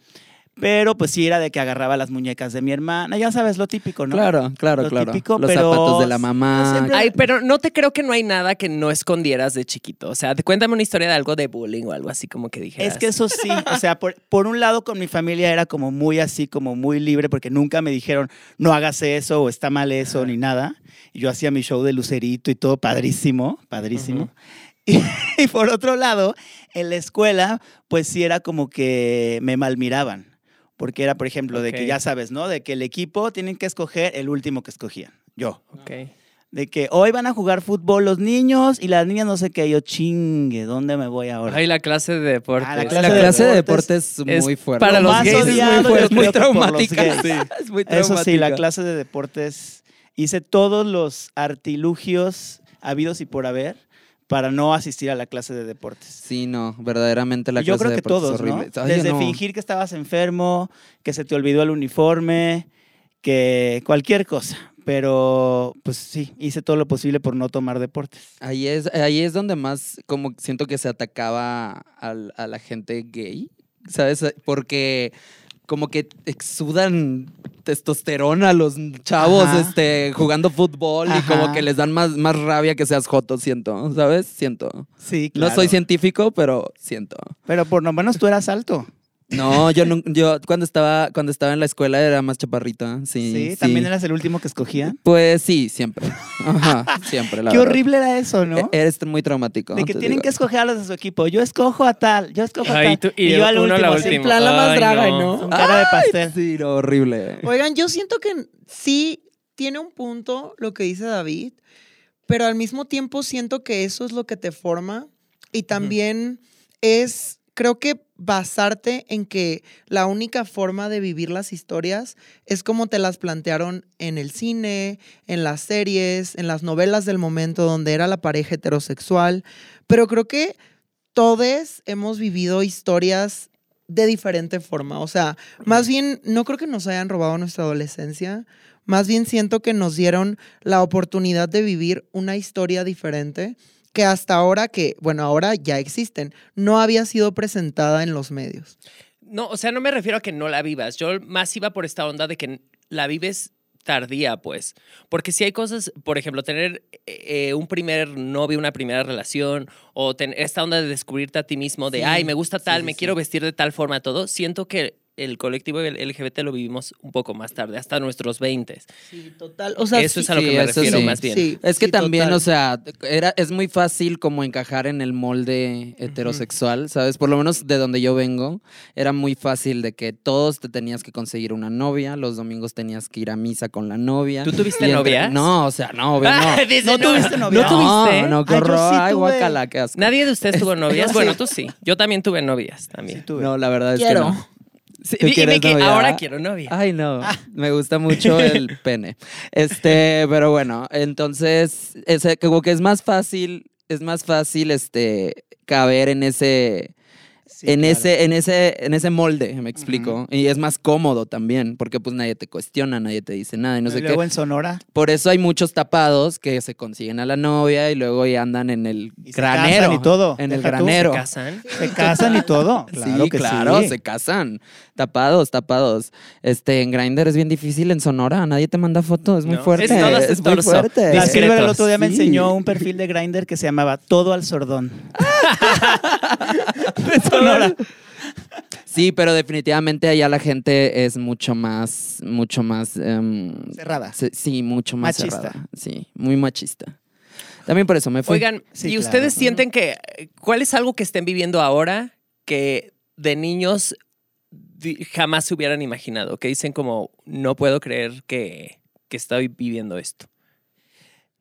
[SPEAKER 3] Pero pues sí era de que agarraba las muñecas de mi hermana, ya sabes, lo típico, ¿no?
[SPEAKER 4] Claro, claro,
[SPEAKER 3] Lo
[SPEAKER 4] claro.
[SPEAKER 3] típico,
[SPEAKER 4] Los
[SPEAKER 3] pero
[SPEAKER 4] zapatos de la
[SPEAKER 3] yo
[SPEAKER 4] mamá.
[SPEAKER 3] siempre-
[SPEAKER 1] Ay, pero no te creo que no hay nada que no escondieras de chiquito. O sea, te- cuéntame una historia de algo de bullying o algo así como que dijeras.
[SPEAKER 3] Es que eso sí, o sea, por, por un lado con mi familia era como muy así, como muy libre, porque nunca me dijeron, no hagas eso o está mal eso, ni nada. Y yo hacía mi show de lucerito y todo padrísimo, padrísimo. y, y por otro lado, en la escuela, pues sí era como que me malmiraban, porque era, por ejemplo, de que
[SPEAKER 1] Ok.
[SPEAKER 3] ya sabes, ¿no? De que el equipo tienen que escoger el último que escogían, yo.
[SPEAKER 1] Ok.
[SPEAKER 3] De que hoy van a jugar fútbol los niños y las niñas no sé qué, yo chingue, ¿dónde me voy ahora?
[SPEAKER 1] Ay, la clase de deportes.
[SPEAKER 3] Ah, la
[SPEAKER 4] La clase de deportes es
[SPEAKER 1] es
[SPEAKER 4] muy fuerte.
[SPEAKER 1] para los
[SPEAKER 4] Más
[SPEAKER 1] gays es muy
[SPEAKER 4] odiado,
[SPEAKER 3] fuerte.
[SPEAKER 4] es muy
[SPEAKER 3] Yo creo que por los
[SPEAKER 4] traumática.
[SPEAKER 3] gays.
[SPEAKER 4] Es muy
[SPEAKER 3] Eso sí, la
[SPEAKER 4] traumática.
[SPEAKER 3] clase de deportes. Hice todos los artilugios habidos y por haber para no asistir a la clase de deportes.
[SPEAKER 4] Sí, no, verdaderamente la
[SPEAKER 3] Y yo
[SPEAKER 4] clase
[SPEAKER 3] creo
[SPEAKER 4] de
[SPEAKER 3] que
[SPEAKER 4] deportes
[SPEAKER 3] todos,
[SPEAKER 4] es horrible.
[SPEAKER 3] ¿no?
[SPEAKER 4] Ay, yo
[SPEAKER 3] Desde
[SPEAKER 4] no.
[SPEAKER 3] fingir que estabas enfermo, que se te olvidó el uniforme, que cualquier cosa. Pero, pues sí, hice todo lo posible por no tomar deportes.
[SPEAKER 4] Ahí es, ahí es donde más como siento que se atacaba al- a la gente gay, ¿sabes? Porque como que exudan testosterona a los chavos
[SPEAKER 3] Ajá.
[SPEAKER 4] este, jugando fútbol y como
[SPEAKER 3] Ajá.
[SPEAKER 4] que les dan más, más rabia que seas joto, siento, ¿sabes? Siento.
[SPEAKER 3] Sí,
[SPEAKER 4] No soy científico, pero siento.
[SPEAKER 3] Pero por lo menos tú eras alto.
[SPEAKER 4] No, yo nun- yo cuando estaba cuando estaba en la escuela era más chaparrita, sí.
[SPEAKER 3] Sí, también eras el último que escogían.
[SPEAKER 4] Pues sí, siempre. Ajá, siempre la
[SPEAKER 3] Qué
[SPEAKER 4] verdad.
[SPEAKER 3] horrible era eso, ¿no?
[SPEAKER 4] E- Eres muy traumático.
[SPEAKER 3] De que
[SPEAKER 4] te
[SPEAKER 3] tienen
[SPEAKER 4] digo.
[SPEAKER 3] que escoger a los de su equipo. Yo escojo a tal, yo escojo a
[SPEAKER 1] Ay,
[SPEAKER 3] tal.
[SPEAKER 1] tú- y
[SPEAKER 3] yo al
[SPEAKER 1] uno a la
[SPEAKER 3] último,
[SPEAKER 1] última.
[SPEAKER 3] así,
[SPEAKER 2] En plan la más
[SPEAKER 1] Ay,
[SPEAKER 2] draga,
[SPEAKER 1] no.
[SPEAKER 2] ¿no?
[SPEAKER 3] con cara de pastel.
[SPEAKER 4] Sí, no, horrible.
[SPEAKER 2] Oigan, yo siento que sí tiene un punto lo que dice David, pero al mismo tiempo siento que eso es lo que te forma y también es, creo que basarte en que la única forma de vivir las historias es como te las plantearon en el cine, en las series, en las novelas del momento donde era la pareja heterosexual, pero creo que todos hemos vivido historias de diferente forma, o sea, más bien, no creo que nos hayan robado nuestra adolescencia. Más bien siento que nos dieron la oportunidad de vivir una historia diferente que hasta ahora que, bueno, ahora ya existen, no había sido presentada en los medios.
[SPEAKER 1] No, o sea, no me refiero a que no la vivas. Yo más iba por esta onda de que la vives tardía, pues. Porque si hay cosas, por ejemplo, tener eh, un primer novio, una primera relación, o tener esta onda de descubrirte a ti mismo, de,
[SPEAKER 4] Sí,
[SPEAKER 1] ay, me gusta tal,
[SPEAKER 4] sí,
[SPEAKER 1] me
[SPEAKER 4] sí.
[SPEAKER 1] quiero vestir de tal forma, todo, siento que el colectivo LGBT lo vivimos un poco más tarde, hasta nuestros 20.
[SPEAKER 2] Sí, total. O sea,
[SPEAKER 1] Eso
[SPEAKER 2] sí,
[SPEAKER 1] es a lo que
[SPEAKER 4] sí,
[SPEAKER 1] me
[SPEAKER 4] eso
[SPEAKER 1] refiero
[SPEAKER 4] sí.
[SPEAKER 1] más bien.
[SPEAKER 2] sí,
[SPEAKER 4] Es que
[SPEAKER 2] sí,
[SPEAKER 4] también,
[SPEAKER 2] total.
[SPEAKER 4] o sea, era, es muy fácil como encajar en el molde heterosexual, ¿sabes? Por lo menos de donde yo vengo, era muy fácil de que todos te tenías que conseguir una novia, los domingos tenías que ir a misa con la novia.
[SPEAKER 1] ¿Tú tuviste
[SPEAKER 4] Y entre-
[SPEAKER 1] novias?
[SPEAKER 4] No, o sea, no, obvio, no.
[SPEAKER 1] Dice,
[SPEAKER 3] ¿No tuviste novia?
[SPEAKER 1] ¿No tuviste?
[SPEAKER 4] No, no, qué
[SPEAKER 3] Ay, yo
[SPEAKER 4] horror.
[SPEAKER 3] sí
[SPEAKER 4] Ay,
[SPEAKER 3] tuve.
[SPEAKER 4] guácala, qué asco.
[SPEAKER 1] Nadie de ustedes tuvo novias.
[SPEAKER 3] sí.
[SPEAKER 1] Bueno, tú sí. Yo también tuve novias
[SPEAKER 3] Sí,
[SPEAKER 1] también.
[SPEAKER 3] tuve.
[SPEAKER 4] No, la verdad es
[SPEAKER 2] Quiero.
[SPEAKER 4] que no. Sí,
[SPEAKER 1] Dime
[SPEAKER 4] ¿quieres
[SPEAKER 1] que
[SPEAKER 4] novia? Ah,
[SPEAKER 1] ahora quiero novia.
[SPEAKER 4] Ay, no. Me gusta mucho el pene. Este, pero bueno, entonces, ese, como que es más fácil, es más fácil este caber en ese.
[SPEAKER 3] Sí,
[SPEAKER 4] en,
[SPEAKER 3] claro.
[SPEAKER 4] ese, en, ese, en ese molde, me explico. Y es más cómodo también, porque pues nadie te cuestiona, nadie te dice nada y no
[SPEAKER 3] Y
[SPEAKER 4] sé qué.
[SPEAKER 3] luego en Sonora.
[SPEAKER 4] Por eso hay muchos tapados que se consiguen a la novia y luego ya andan en el
[SPEAKER 3] Y se
[SPEAKER 4] granero.
[SPEAKER 3] casan y todo.
[SPEAKER 4] En el
[SPEAKER 3] Deja tú, se
[SPEAKER 4] granero.
[SPEAKER 1] ¿Se casan?
[SPEAKER 3] Se casan y todo. Claro
[SPEAKER 4] sí,
[SPEAKER 3] que
[SPEAKER 4] claro,
[SPEAKER 3] sí.
[SPEAKER 4] se casan. Tapados, tapados. Este, en Grindr es bien difícil, en Sonora nadie te manda fotos, es muy
[SPEAKER 1] No,
[SPEAKER 4] fuerte.
[SPEAKER 1] es todo ese
[SPEAKER 4] Es muy
[SPEAKER 1] torso.
[SPEAKER 4] fuerte.
[SPEAKER 3] La
[SPEAKER 1] Discretos.
[SPEAKER 3] Silver el otro día me
[SPEAKER 4] Sí.
[SPEAKER 3] enseñó un perfil de Grinder que se llamaba Todo al Sordón. de Sonora.
[SPEAKER 4] Sí, pero definitivamente allá la gente es mucho más, mucho más em,
[SPEAKER 3] Cerrada.
[SPEAKER 4] se- sí, mucho más
[SPEAKER 3] Machista.
[SPEAKER 4] cerrada. Sí, muy machista. También por eso me fui.
[SPEAKER 1] Oigan,
[SPEAKER 3] Sí,
[SPEAKER 1] ¿y
[SPEAKER 3] claro.
[SPEAKER 1] ustedes sienten que eh, cuál es algo que estén viviendo ahora que de niños di- jamás se hubieran imaginado? Que dicen como, no puedo creer que, que estoy viviendo esto.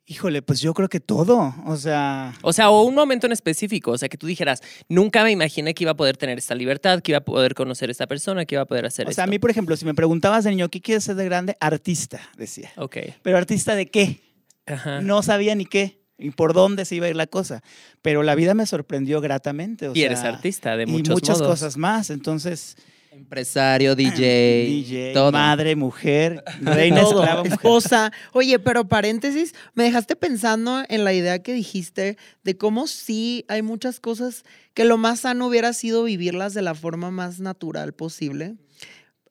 [SPEAKER 3] Híjole, pues yo creo que todo. O sea,
[SPEAKER 1] O sea, o un momento en específico, o sea, que tú dijeras, nunca me imaginé que iba a poder tener esta libertad, que iba a poder conocer a esta persona, que iba a poder hacer
[SPEAKER 3] o sea, a
[SPEAKER 1] esto".
[SPEAKER 3] mí, por ejemplo, si me preguntabas de niño, ¿qué quieres ser de grande? Artista, decía.
[SPEAKER 1] Ok.
[SPEAKER 3] Pero artista de qué?
[SPEAKER 1] Ajá.
[SPEAKER 3] No sabía ni qué y por dónde se iba a ir la cosa. Pero la vida me sorprendió gratamente. o
[SPEAKER 1] y eres
[SPEAKER 3] sea,
[SPEAKER 1] artista de
[SPEAKER 3] y
[SPEAKER 1] muchos
[SPEAKER 3] muchas
[SPEAKER 1] modos.
[SPEAKER 3] cosas más. Entonces,
[SPEAKER 4] Empresario, DJ,
[SPEAKER 1] Eh,
[SPEAKER 3] DJ,
[SPEAKER 4] todo.
[SPEAKER 3] madre, mujer, reina,
[SPEAKER 2] Todo,
[SPEAKER 3] esclava, mujer.
[SPEAKER 2] esposa. Oye, pero paréntesis, me dejaste pensando en la idea que dijiste de cómo sí hay muchas cosas que lo más sano hubiera sido vivirlas de la forma más natural posible.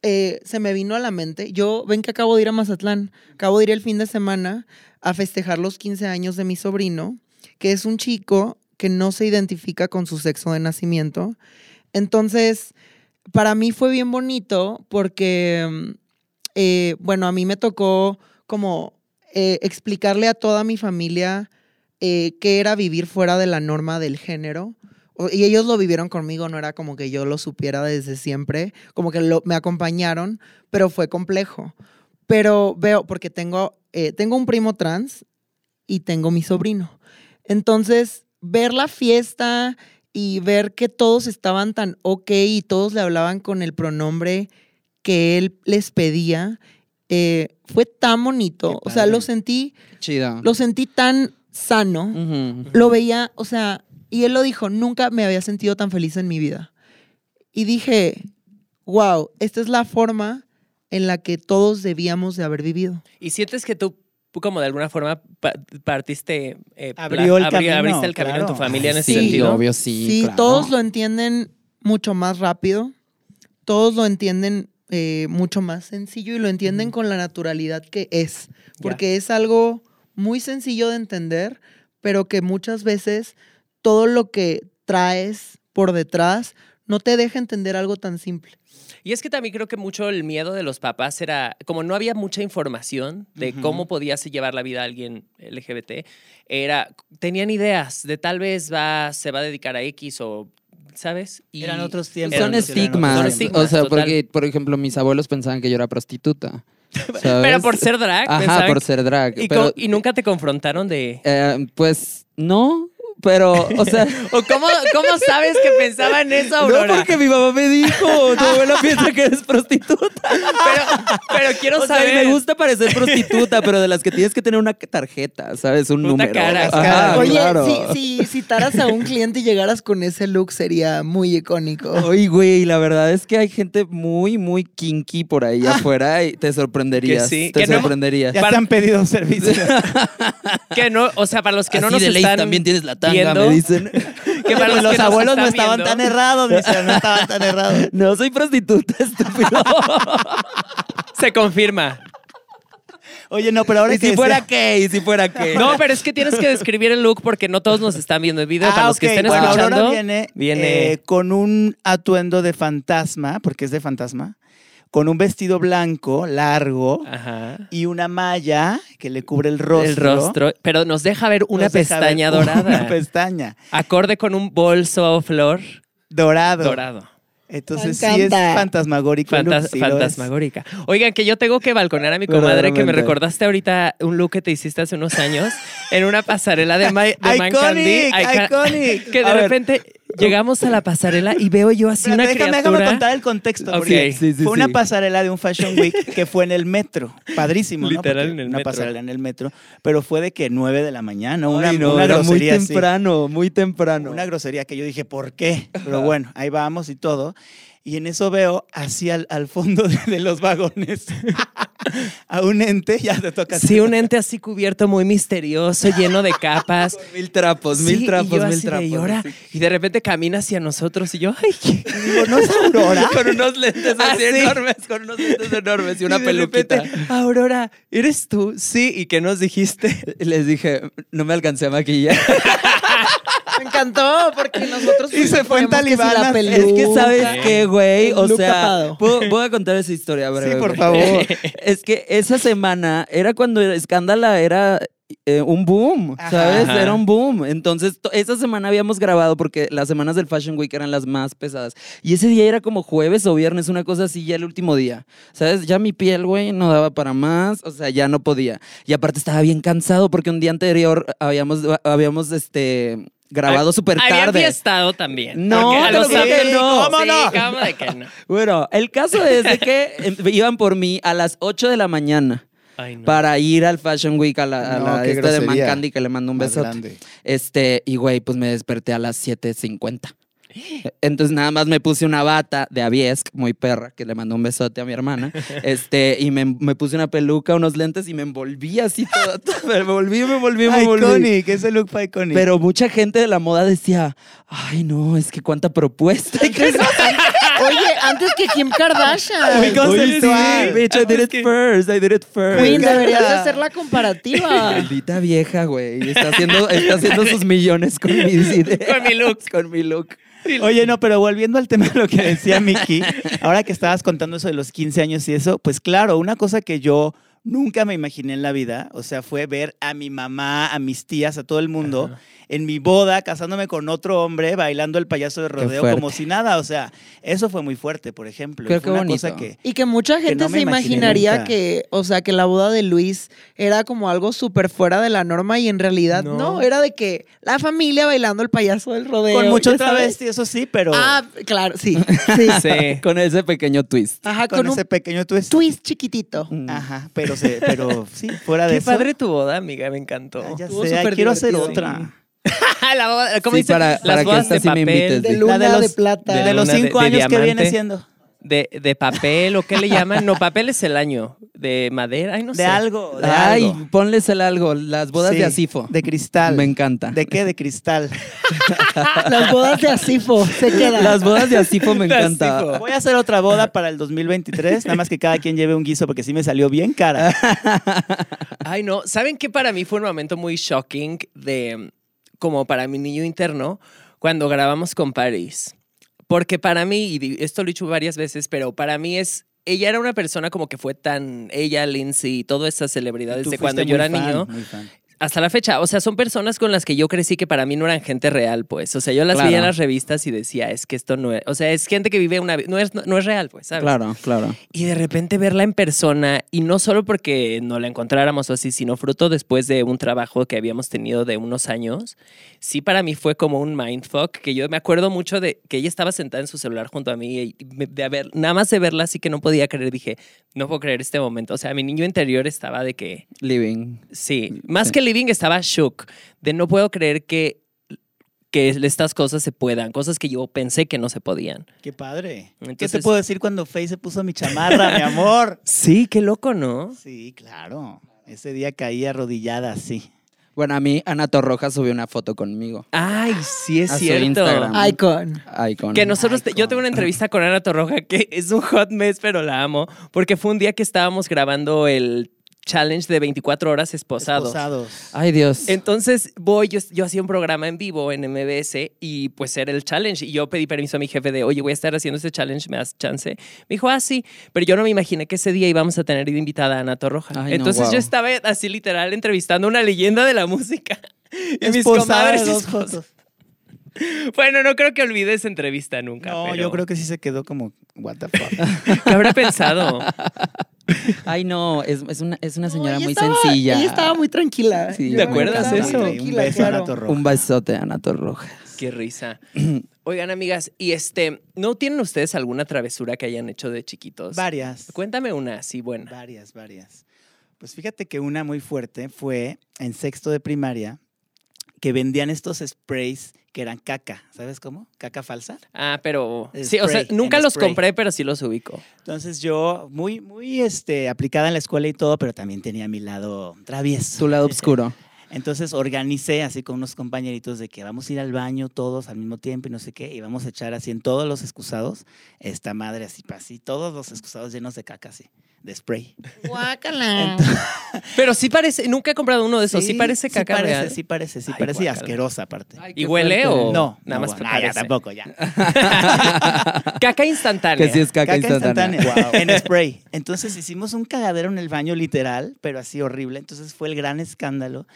[SPEAKER 2] Eh, se me vino a la mente, yo ven que acabo de ir a Mazatlán, acabo de ir el fin de semana a festejar los 15 años de mi sobrino, que es un chico que no se identifica con su sexo de nacimiento. Entonces, para mí fue bien bonito porque mm, eh, bueno, a mí me tocó como eh, explicarle a toda mi familia eh, qué era vivir fuera de la norma del género. O- Y ellos lo vivieron conmigo, no era como que yo lo supiera desde siempre, como que lo- me acompañaron, pero fue complejo. Pero veo, porque tengo, eh, tengo un primo trans y tengo mi sobrino. Entonces, ver la fiesta y ver que todos estaban tan ok y todos le hablaban con el pronombre que él les pedía, eh, fue tan bonito.
[SPEAKER 3] Qué
[SPEAKER 2] O sea,
[SPEAKER 3] padre.
[SPEAKER 2] lo sentí
[SPEAKER 4] Chido.
[SPEAKER 2] lo sentí tan sano.
[SPEAKER 4] Ujú.
[SPEAKER 2] Lo veía, o sea, y él lo dijo, nunca me había sentido tan feliz en mi vida. Y dije, wow, esta es la forma en la que todos debíamos de haber vivido.
[SPEAKER 1] ¿Y sientes que tú, como de alguna forma, pa- partiste... eh,
[SPEAKER 3] Abrió el camino,
[SPEAKER 1] Abriste el camino en tu
[SPEAKER 3] claro.
[SPEAKER 1] familia en ese
[SPEAKER 4] Sí,
[SPEAKER 1] sentido?
[SPEAKER 4] obvio,
[SPEAKER 2] Sí,
[SPEAKER 4] sí. claro.
[SPEAKER 2] todos lo entienden mucho más rápido, todos lo entienden eh, mucho más sencillo y lo entienden con la naturalidad que es, porque es algo muy sencillo de entender, pero que muchas veces todo lo que traes por detrás no te deja entender algo tan simple.
[SPEAKER 1] Y es que también creo que mucho el miedo de los papás era, como no había mucha información de
[SPEAKER 3] Ujú.
[SPEAKER 1] cómo podías llevar la vida a alguien LGBT, era, tenían ideas de tal vez va, se va a dedicar a X o, ¿sabes? Y
[SPEAKER 3] Eran otros tiempos.
[SPEAKER 4] Pues Son
[SPEAKER 1] Eran otros
[SPEAKER 4] estigmas.
[SPEAKER 1] Son estigmas,
[SPEAKER 4] O sea,
[SPEAKER 1] total.
[SPEAKER 4] porque, por ejemplo, mis abuelos pensaban que yo era prostituta.
[SPEAKER 1] Pero
[SPEAKER 4] ¿sabes?
[SPEAKER 1] por ser drag,
[SPEAKER 4] Ajá,
[SPEAKER 1] pensaban
[SPEAKER 4] por
[SPEAKER 1] que-
[SPEAKER 4] ser drag.
[SPEAKER 1] Y,
[SPEAKER 4] pero,
[SPEAKER 1] co- y nunca te confrontaron de...
[SPEAKER 4] eh, pues no, pero, o sea.
[SPEAKER 1] ¿O cómo, cómo sabes que pensaban eso, Aurora?
[SPEAKER 4] No, porque mi mamá me dijo, tu abuela piensa que eres prostituta.
[SPEAKER 1] pero, pero quiero
[SPEAKER 4] O sea,
[SPEAKER 1] saber...
[SPEAKER 4] y me gusta parecer prostituta, pero de las que tienes que tener una tarjeta, ¿sabes? Un
[SPEAKER 1] Una
[SPEAKER 4] número.
[SPEAKER 1] cara,
[SPEAKER 4] Ajá,
[SPEAKER 3] cara. Ah,
[SPEAKER 2] Oye,
[SPEAKER 4] claro.
[SPEAKER 2] si, si citaras a un cliente y llegaras con ese look sería muy icónico.
[SPEAKER 4] Oye, güey, la verdad es que hay gente muy, muy kinky por ahí afuera y te sorprenderías.
[SPEAKER 1] Ah. Que sí,
[SPEAKER 4] te
[SPEAKER 1] que no-
[SPEAKER 4] sorprenderías.
[SPEAKER 3] Ya te han pedido servicio.
[SPEAKER 1] Que no, o sea, para los que no
[SPEAKER 4] Así
[SPEAKER 1] nos
[SPEAKER 4] de ley
[SPEAKER 1] están
[SPEAKER 4] también tienes la tanga.
[SPEAKER 1] saliendo.
[SPEAKER 4] me dicen.
[SPEAKER 1] Que para los,
[SPEAKER 3] Pues los
[SPEAKER 1] que nos
[SPEAKER 3] abuelos no
[SPEAKER 1] están
[SPEAKER 3] estaban
[SPEAKER 1] viendo,
[SPEAKER 3] tan errados, dicen, no estaban tan errados.
[SPEAKER 4] No, soy prostituta, estúpido.
[SPEAKER 1] Se confirma.
[SPEAKER 3] Oye, no, pero ahora
[SPEAKER 4] ¿Y
[SPEAKER 3] que
[SPEAKER 4] si fuera
[SPEAKER 3] fuera
[SPEAKER 4] qué? ¿Y si fuera qué?
[SPEAKER 1] No, pero es que tienes que describir el look porque no todos nos están viendo en video. para los que
[SPEAKER 3] Ah, ok.
[SPEAKER 1] estén
[SPEAKER 3] bueno,
[SPEAKER 1] escuchando.
[SPEAKER 3] Aurora viene,
[SPEAKER 1] viene-
[SPEAKER 3] eh, con un atuendo de fantasma, porque es de fantasma, con un vestido blanco largo
[SPEAKER 1] Ajá.
[SPEAKER 3] y una malla que le cubre el rostro.
[SPEAKER 1] Ah. El rostro. Pero nos deja ver una
[SPEAKER 3] Nos deja ver
[SPEAKER 1] pestaña
[SPEAKER 3] Una
[SPEAKER 1] dorada.
[SPEAKER 3] pestaña
[SPEAKER 1] acorde con un bolso flor
[SPEAKER 3] dorado.
[SPEAKER 1] dorado.
[SPEAKER 3] Entonces
[SPEAKER 2] Me
[SPEAKER 3] sí es
[SPEAKER 2] encanta.
[SPEAKER 3] fantasmagórico. el look,
[SPEAKER 1] Fantas-
[SPEAKER 3] sí lo es.
[SPEAKER 1] fantasmagórica. Oigan, que yo tengo que balconear a mi comadre que me
[SPEAKER 3] Verdaderamente.
[SPEAKER 1] recordaste ahorita un look que te hiciste hace unos años en una pasarela de, Ma- de Man Candy.
[SPEAKER 3] Iconic,
[SPEAKER 1] Ica-
[SPEAKER 3] iconic.
[SPEAKER 1] Que de
[SPEAKER 3] A ver,
[SPEAKER 1] repente llegamos a la pasarela y veo yo así una
[SPEAKER 3] espérate, déjame, déjame
[SPEAKER 1] criatura.
[SPEAKER 3] contar el contexto.
[SPEAKER 1] Ok.
[SPEAKER 3] porque
[SPEAKER 4] Sí, sí,
[SPEAKER 3] fue una
[SPEAKER 4] sí.
[SPEAKER 3] pasarela de un Fashion Week que fue en el metro. Padrísimo, ¿no?
[SPEAKER 1] Literal,
[SPEAKER 3] Porque
[SPEAKER 1] en el
[SPEAKER 3] Una
[SPEAKER 1] metro.
[SPEAKER 3] pasarela en el metro. Pero fue de que 9 de la mañana. Una,
[SPEAKER 4] Ay, no,
[SPEAKER 3] una
[SPEAKER 4] era muy
[SPEAKER 3] grosería así.
[SPEAKER 4] temprano, muy temprano.
[SPEAKER 3] Una grosería que yo dije, ¿por qué? Pero bueno, ahí vamos y todo. Y en eso veo así al, al fondo de, de los vagones a un ente, ya te toca.
[SPEAKER 1] Sí, un ente así cubierto, muy misterioso, lleno de capas.
[SPEAKER 4] Mil trapos,
[SPEAKER 1] Sí,
[SPEAKER 4] mil trapos,
[SPEAKER 1] y yo
[SPEAKER 4] mil
[SPEAKER 1] así de,
[SPEAKER 4] trapos.
[SPEAKER 1] "¿Y ahora?".
[SPEAKER 4] así.
[SPEAKER 1] Y de repente camina hacia nosotros y yo, ay, qué-
[SPEAKER 3] Digo, ¿no es Aurora?
[SPEAKER 4] Con unos lentes así
[SPEAKER 1] Así.
[SPEAKER 4] enormes, con unos lentes enormes Ah, y una
[SPEAKER 1] y de
[SPEAKER 4] peluquita.
[SPEAKER 1] repente, Aurora, ¿eres tú? Sí, ¿y qué nos dijiste?
[SPEAKER 4] Y Les dije, no me alcancé a maquillar.
[SPEAKER 2] Me encantó porque nosotros
[SPEAKER 3] Y se fue en
[SPEAKER 2] vemos que si
[SPEAKER 3] talibanas.
[SPEAKER 2] la peluca,
[SPEAKER 4] Es que sabes qué, güey.
[SPEAKER 2] El
[SPEAKER 4] O
[SPEAKER 2] look
[SPEAKER 4] sea,
[SPEAKER 2] tapado.
[SPEAKER 4] puedo- voy a contar esa historia breve.
[SPEAKER 3] Sí, por
[SPEAKER 4] güey.
[SPEAKER 3] favor.
[SPEAKER 4] Es que esa semana era cuando Escándala era eh, un boom,
[SPEAKER 3] Ajá.
[SPEAKER 4] ¿sabes?
[SPEAKER 1] Ajá.
[SPEAKER 4] Era un boom. Entonces, to- esa semana habíamos grabado porque las semanas del Fashion Week eran las más pesadas. Y ese día era como jueves o viernes, una cosa así, ya el último día. ¿Sabes? Ya mi piel, güey, no daba para más. O sea, ya no podía. Y aparte estaba bien cansado porque un día anterior habíamos, habíamos este, grabado súper
[SPEAKER 1] Había
[SPEAKER 4] tarde.
[SPEAKER 1] fiestado también.
[SPEAKER 4] No,
[SPEAKER 1] Porque a
[SPEAKER 4] pero
[SPEAKER 1] los
[SPEAKER 4] creo que
[SPEAKER 1] sábados-
[SPEAKER 4] no.
[SPEAKER 1] Sí,
[SPEAKER 3] Vámonos.
[SPEAKER 1] ¿cómo de que no?
[SPEAKER 4] Bueno, el caso es de que em, iban por mí a las 8 de la mañana
[SPEAKER 1] Ay, no.
[SPEAKER 4] para ir al Fashion Week a la, a
[SPEAKER 3] No,
[SPEAKER 4] la
[SPEAKER 3] qué
[SPEAKER 4] esta de Man
[SPEAKER 3] grosería.
[SPEAKER 4] Candy que le mando un
[SPEAKER 3] Más
[SPEAKER 4] besote.
[SPEAKER 3] grande.
[SPEAKER 4] Este, y güey, pues me desperté a las 7.50. Entonces nada más me puse una bata de Aviesk, muy perra, que le mandó un besote a mi hermana. Este, y me, me puse una peluca, unos lentes y me envolví así todo. me volví, me volví, me volví.
[SPEAKER 3] Iconic, ese look fue iconic.
[SPEAKER 4] Pero mucha gente de la moda decía, ay no, es que cuánta propuesta. Y que no
[SPEAKER 2] Oye, antes que Kim Kardashian.
[SPEAKER 3] Uy, ¿cómo
[SPEAKER 4] Oye,
[SPEAKER 3] conceptual.
[SPEAKER 4] sí, bitch,
[SPEAKER 3] pues
[SPEAKER 4] I did it first, I did it first.
[SPEAKER 2] Queen,
[SPEAKER 3] encanta.
[SPEAKER 2] deberías de hacer la
[SPEAKER 1] Ah.
[SPEAKER 2] comparativa.
[SPEAKER 4] Maldita vieja, güey. Está haciendo, está haciendo sus millones con mis ideas.
[SPEAKER 1] Con mi look.
[SPEAKER 4] Con mi look.
[SPEAKER 3] Oye, no, pero volviendo al tema de lo que decía Miki, ahora que estabas contando eso de los 15 años y eso, pues claro, una cosa que yo nunca me imaginé en la vida, o sea, fue ver a mi mamá, a mis tías, a todo el mundo en mi boda, casándome con otro hombre, bailando el payaso de rodeo
[SPEAKER 4] fuerte.
[SPEAKER 3] como si nada, o sea, eso fue muy fuerte, por ejemplo. y
[SPEAKER 4] Creo
[SPEAKER 3] fue
[SPEAKER 4] que
[SPEAKER 3] una cosa
[SPEAKER 4] bonito.
[SPEAKER 3] que
[SPEAKER 2] Y que mucha
[SPEAKER 3] Que
[SPEAKER 2] gente
[SPEAKER 3] no me
[SPEAKER 2] se
[SPEAKER 3] imaginé
[SPEAKER 2] imaginaría
[SPEAKER 3] nunca.
[SPEAKER 2] que, o sea, que la boda de Luis era como algo súper fuera de la norma y en realidad
[SPEAKER 1] No.
[SPEAKER 2] no. era de que la familia bailando el payaso del rodeo.
[SPEAKER 3] con mucho
[SPEAKER 2] ya sabes.
[SPEAKER 3] travesti, eso sí, pero
[SPEAKER 2] Ah, claro, sí. sí.
[SPEAKER 1] Sí.
[SPEAKER 4] Con ese pequeño twist.
[SPEAKER 2] Ajá,
[SPEAKER 3] con,
[SPEAKER 2] con,
[SPEAKER 3] ese
[SPEAKER 2] un
[SPEAKER 3] pequeño twist.
[SPEAKER 2] twist chiquitito.
[SPEAKER 3] Ajá, pero, se- pero sí, fuera de
[SPEAKER 1] Qué
[SPEAKER 3] eso.
[SPEAKER 1] padre tu boda, amiga, me encantó.
[SPEAKER 3] Ah, ya
[SPEAKER 2] Estuvo
[SPEAKER 3] sé, ay,
[SPEAKER 2] súper
[SPEAKER 3] quiero hacer
[SPEAKER 2] divertido.
[SPEAKER 3] otra.
[SPEAKER 1] la boda, ¿cómo
[SPEAKER 4] Sí,
[SPEAKER 1] dice?
[SPEAKER 4] para-
[SPEAKER 1] Las
[SPEAKER 4] para que
[SPEAKER 1] bodas
[SPEAKER 4] esta
[SPEAKER 1] de
[SPEAKER 4] sí me
[SPEAKER 1] papel,
[SPEAKER 4] invites,
[SPEAKER 2] De
[SPEAKER 4] Vic.
[SPEAKER 2] luna
[SPEAKER 3] La de los-
[SPEAKER 2] de plata.
[SPEAKER 1] de
[SPEAKER 3] De los
[SPEAKER 1] luna de-
[SPEAKER 3] cinco
[SPEAKER 1] de
[SPEAKER 3] años que viene
[SPEAKER 1] diamante.
[SPEAKER 3] siendo.
[SPEAKER 1] de, de papel o qué le llaman. No, papel es el año. De madera, ay, no sé.
[SPEAKER 3] De algo. De
[SPEAKER 4] Ay,
[SPEAKER 3] algo.
[SPEAKER 4] ponles el algo. Las bodas
[SPEAKER 3] Sí,
[SPEAKER 4] de Asifo.
[SPEAKER 3] De cristal.
[SPEAKER 4] Me encanta.
[SPEAKER 3] ¿De qué? De cristal.
[SPEAKER 2] Las bodas de Asifo se quedan.
[SPEAKER 4] Las bodas de Asifo me
[SPEAKER 1] De
[SPEAKER 4] encanta.
[SPEAKER 1] Asifo.
[SPEAKER 3] Voy a hacer otra boda para el 2023, nada más que cada quien lleve un guiso porque sí me salió bien cara.
[SPEAKER 1] Ay, no. ¿Saben qué para mí fue un momento muy shocking de como para mi niño interno cuando grabamos con Paris? Porque para mí, y di- esto lo he dicho varias veces, pero para mí es. Ella era una persona como que fue tan. Ella, Lindsay y todas esas celebridades
[SPEAKER 3] Tú
[SPEAKER 1] de
[SPEAKER 3] fuiste
[SPEAKER 1] cuando yo
[SPEAKER 3] muy
[SPEAKER 1] era
[SPEAKER 3] fan,
[SPEAKER 1] niño.
[SPEAKER 3] muy fan.
[SPEAKER 1] hasta la fecha, o sea, son personas con las que yo crecí que para mí no eran gente real, pues. O sea, yo las
[SPEAKER 4] Claro.
[SPEAKER 1] veía en las revistas y decía, es que esto no es, o sea, es gente que vive una vida, no es, no, no es real, pues, ¿sabes?
[SPEAKER 4] Claro, claro.
[SPEAKER 1] Y de repente verla en persona, y no solo porque no la encontráramos o así, sino fruto después de un trabajo que habíamos tenido de unos años, sí para mí fue como un mindfuck, que yo me acuerdo mucho de que ella estaba sentada en su celular junto a mí, y me- de haber, nada más de verla así que no podía creer, dije, no puedo creer este momento. O sea, mi niño interior estaba de que...
[SPEAKER 4] Living.
[SPEAKER 1] Sí, más
[SPEAKER 4] Sí.
[SPEAKER 1] que living estaba shook de no puedo creer que, que estas cosas se puedan, cosas que yo pensé que no se podían.
[SPEAKER 3] Qué padre. ¿Qué te
[SPEAKER 1] Entonces-
[SPEAKER 3] puedo decir cuando Faye se puso mi chamarra, mi amor?
[SPEAKER 1] Sí, qué loco, ¿no?
[SPEAKER 3] Sí, claro. Ese día caí arrodillada así.
[SPEAKER 4] Bueno, a mí Ana Torroja subió una foto conmigo.
[SPEAKER 1] Ay, sí es
[SPEAKER 4] A su
[SPEAKER 1] cierto.
[SPEAKER 4] Instagram.
[SPEAKER 2] Icon.
[SPEAKER 4] Icon.
[SPEAKER 1] Que nosotros, te- yo
[SPEAKER 3] Icon.
[SPEAKER 1] tengo una entrevista con Ana Torroja que es un hot mess, pero la amo, porque fue un día que estábamos grabando el challenge de 24 horas esposados.
[SPEAKER 3] Posados.
[SPEAKER 4] Ay, Dios.
[SPEAKER 1] Entonces voy, yo, yo hacía un programa en vivo en MBS y pues era el challenge y yo pedí permiso a mi jefe de, oye, voy a estar haciendo este challenge, ¿me das chance? Me dijo, ah, sí, pero yo no me imaginé que ese día íbamos a tener invitada a Ana Torroja.
[SPEAKER 4] Ay, no,
[SPEAKER 1] Entonces
[SPEAKER 4] guau.
[SPEAKER 1] yo estaba así literal entrevistando una leyenda de la música. Y mis
[SPEAKER 3] Esposada de
[SPEAKER 1] comadres
[SPEAKER 3] dos
[SPEAKER 1] espos-
[SPEAKER 3] fotos.
[SPEAKER 1] Bueno, no creo que olvide esa entrevista nunca.
[SPEAKER 3] No,
[SPEAKER 1] Ah, pero-
[SPEAKER 3] yo creo que sí se quedó como, what the fuck.
[SPEAKER 1] ¿Qué habrá pensado?
[SPEAKER 4] Ay, no, es, es una, es una señora
[SPEAKER 2] No, ella
[SPEAKER 4] muy
[SPEAKER 2] estaba-
[SPEAKER 4] sencilla.
[SPEAKER 2] Ella estaba muy tranquila.
[SPEAKER 4] Sí,
[SPEAKER 2] Yo
[SPEAKER 4] ¿te
[SPEAKER 2] me
[SPEAKER 1] acuerdas
[SPEAKER 2] estaba muy
[SPEAKER 1] eso?
[SPEAKER 3] Un
[SPEAKER 2] tranquila,
[SPEAKER 3] beso a
[SPEAKER 2] claro.
[SPEAKER 3] Ana Torroja.
[SPEAKER 4] Un besote, Ana Torroja.
[SPEAKER 1] Qué risa. Oigan, amigas, y este, ¿no tienen ustedes alguna travesura que hayan hecho de chiquitos?
[SPEAKER 3] Varias.
[SPEAKER 1] Cuéntame una así buena.
[SPEAKER 3] Varias, varias. Pues fíjate que una muy fuerte fue en sexto de primaria que vendían estos sprays que eran caca, ¿sabes cómo? Caca falsa.
[SPEAKER 1] Ah, pero
[SPEAKER 3] En
[SPEAKER 1] sí, o sea,
[SPEAKER 3] spray,
[SPEAKER 1] nunca
[SPEAKER 3] en
[SPEAKER 1] los
[SPEAKER 3] spray.
[SPEAKER 1] compré, pero sí los ubico.
[SPEAKER 3] Entonces yo muy muy este aplicada en la escuela y todo, pero también tenía mi lado travieso.
[SPEAKER 4] Su lado oscuro.
[SPEAKER 3] Entonces organicé así con unos compañeritos de que vamos a ir al baño todos al mismo tiempo y no sé qué, y vamos a echar así en todos los excusados esta madre así para así, todos los excusados llenos de caca así, de spray.
[SPEAKER 2] Guácala.
[SPEAKER 1] Pero sí parece, nunca he comprado uno de esos, sí,
[SPEAKER 3] Sí,
[SPEAKER 1] parece
[SPEAKER 3] sí
[SPEAKER 1] caca
[SPEAKER 3] parece,
[SPEAKER 1] real.
[SPEAKER 3] Sí parece, sí
[SPEAKER 1] Ay,
[SPEAKER 3] parece y
[SPEAKER 1] guácala.
[SPEAKER 3] asquerosa aparte.
[SPEAKER 1] ¿Y huele o
[SPEAKER 3] No,
[SPEAKER 1] nada más
[SPEAKER 3] bueno, ah, ya
[SPEAKER 1] parece?
[SPEAKER 3] tampoco, ya. Caca,
[SPEAKER 1] Caca instantánea.
[SPEAKER 4] Que sí es caca, instantánea.
[SPEAKER 3] instantánea. En spray. Entonces hicimos un cagadero en el baño literal, pero así horrible. Entonces fue el gran escándalo.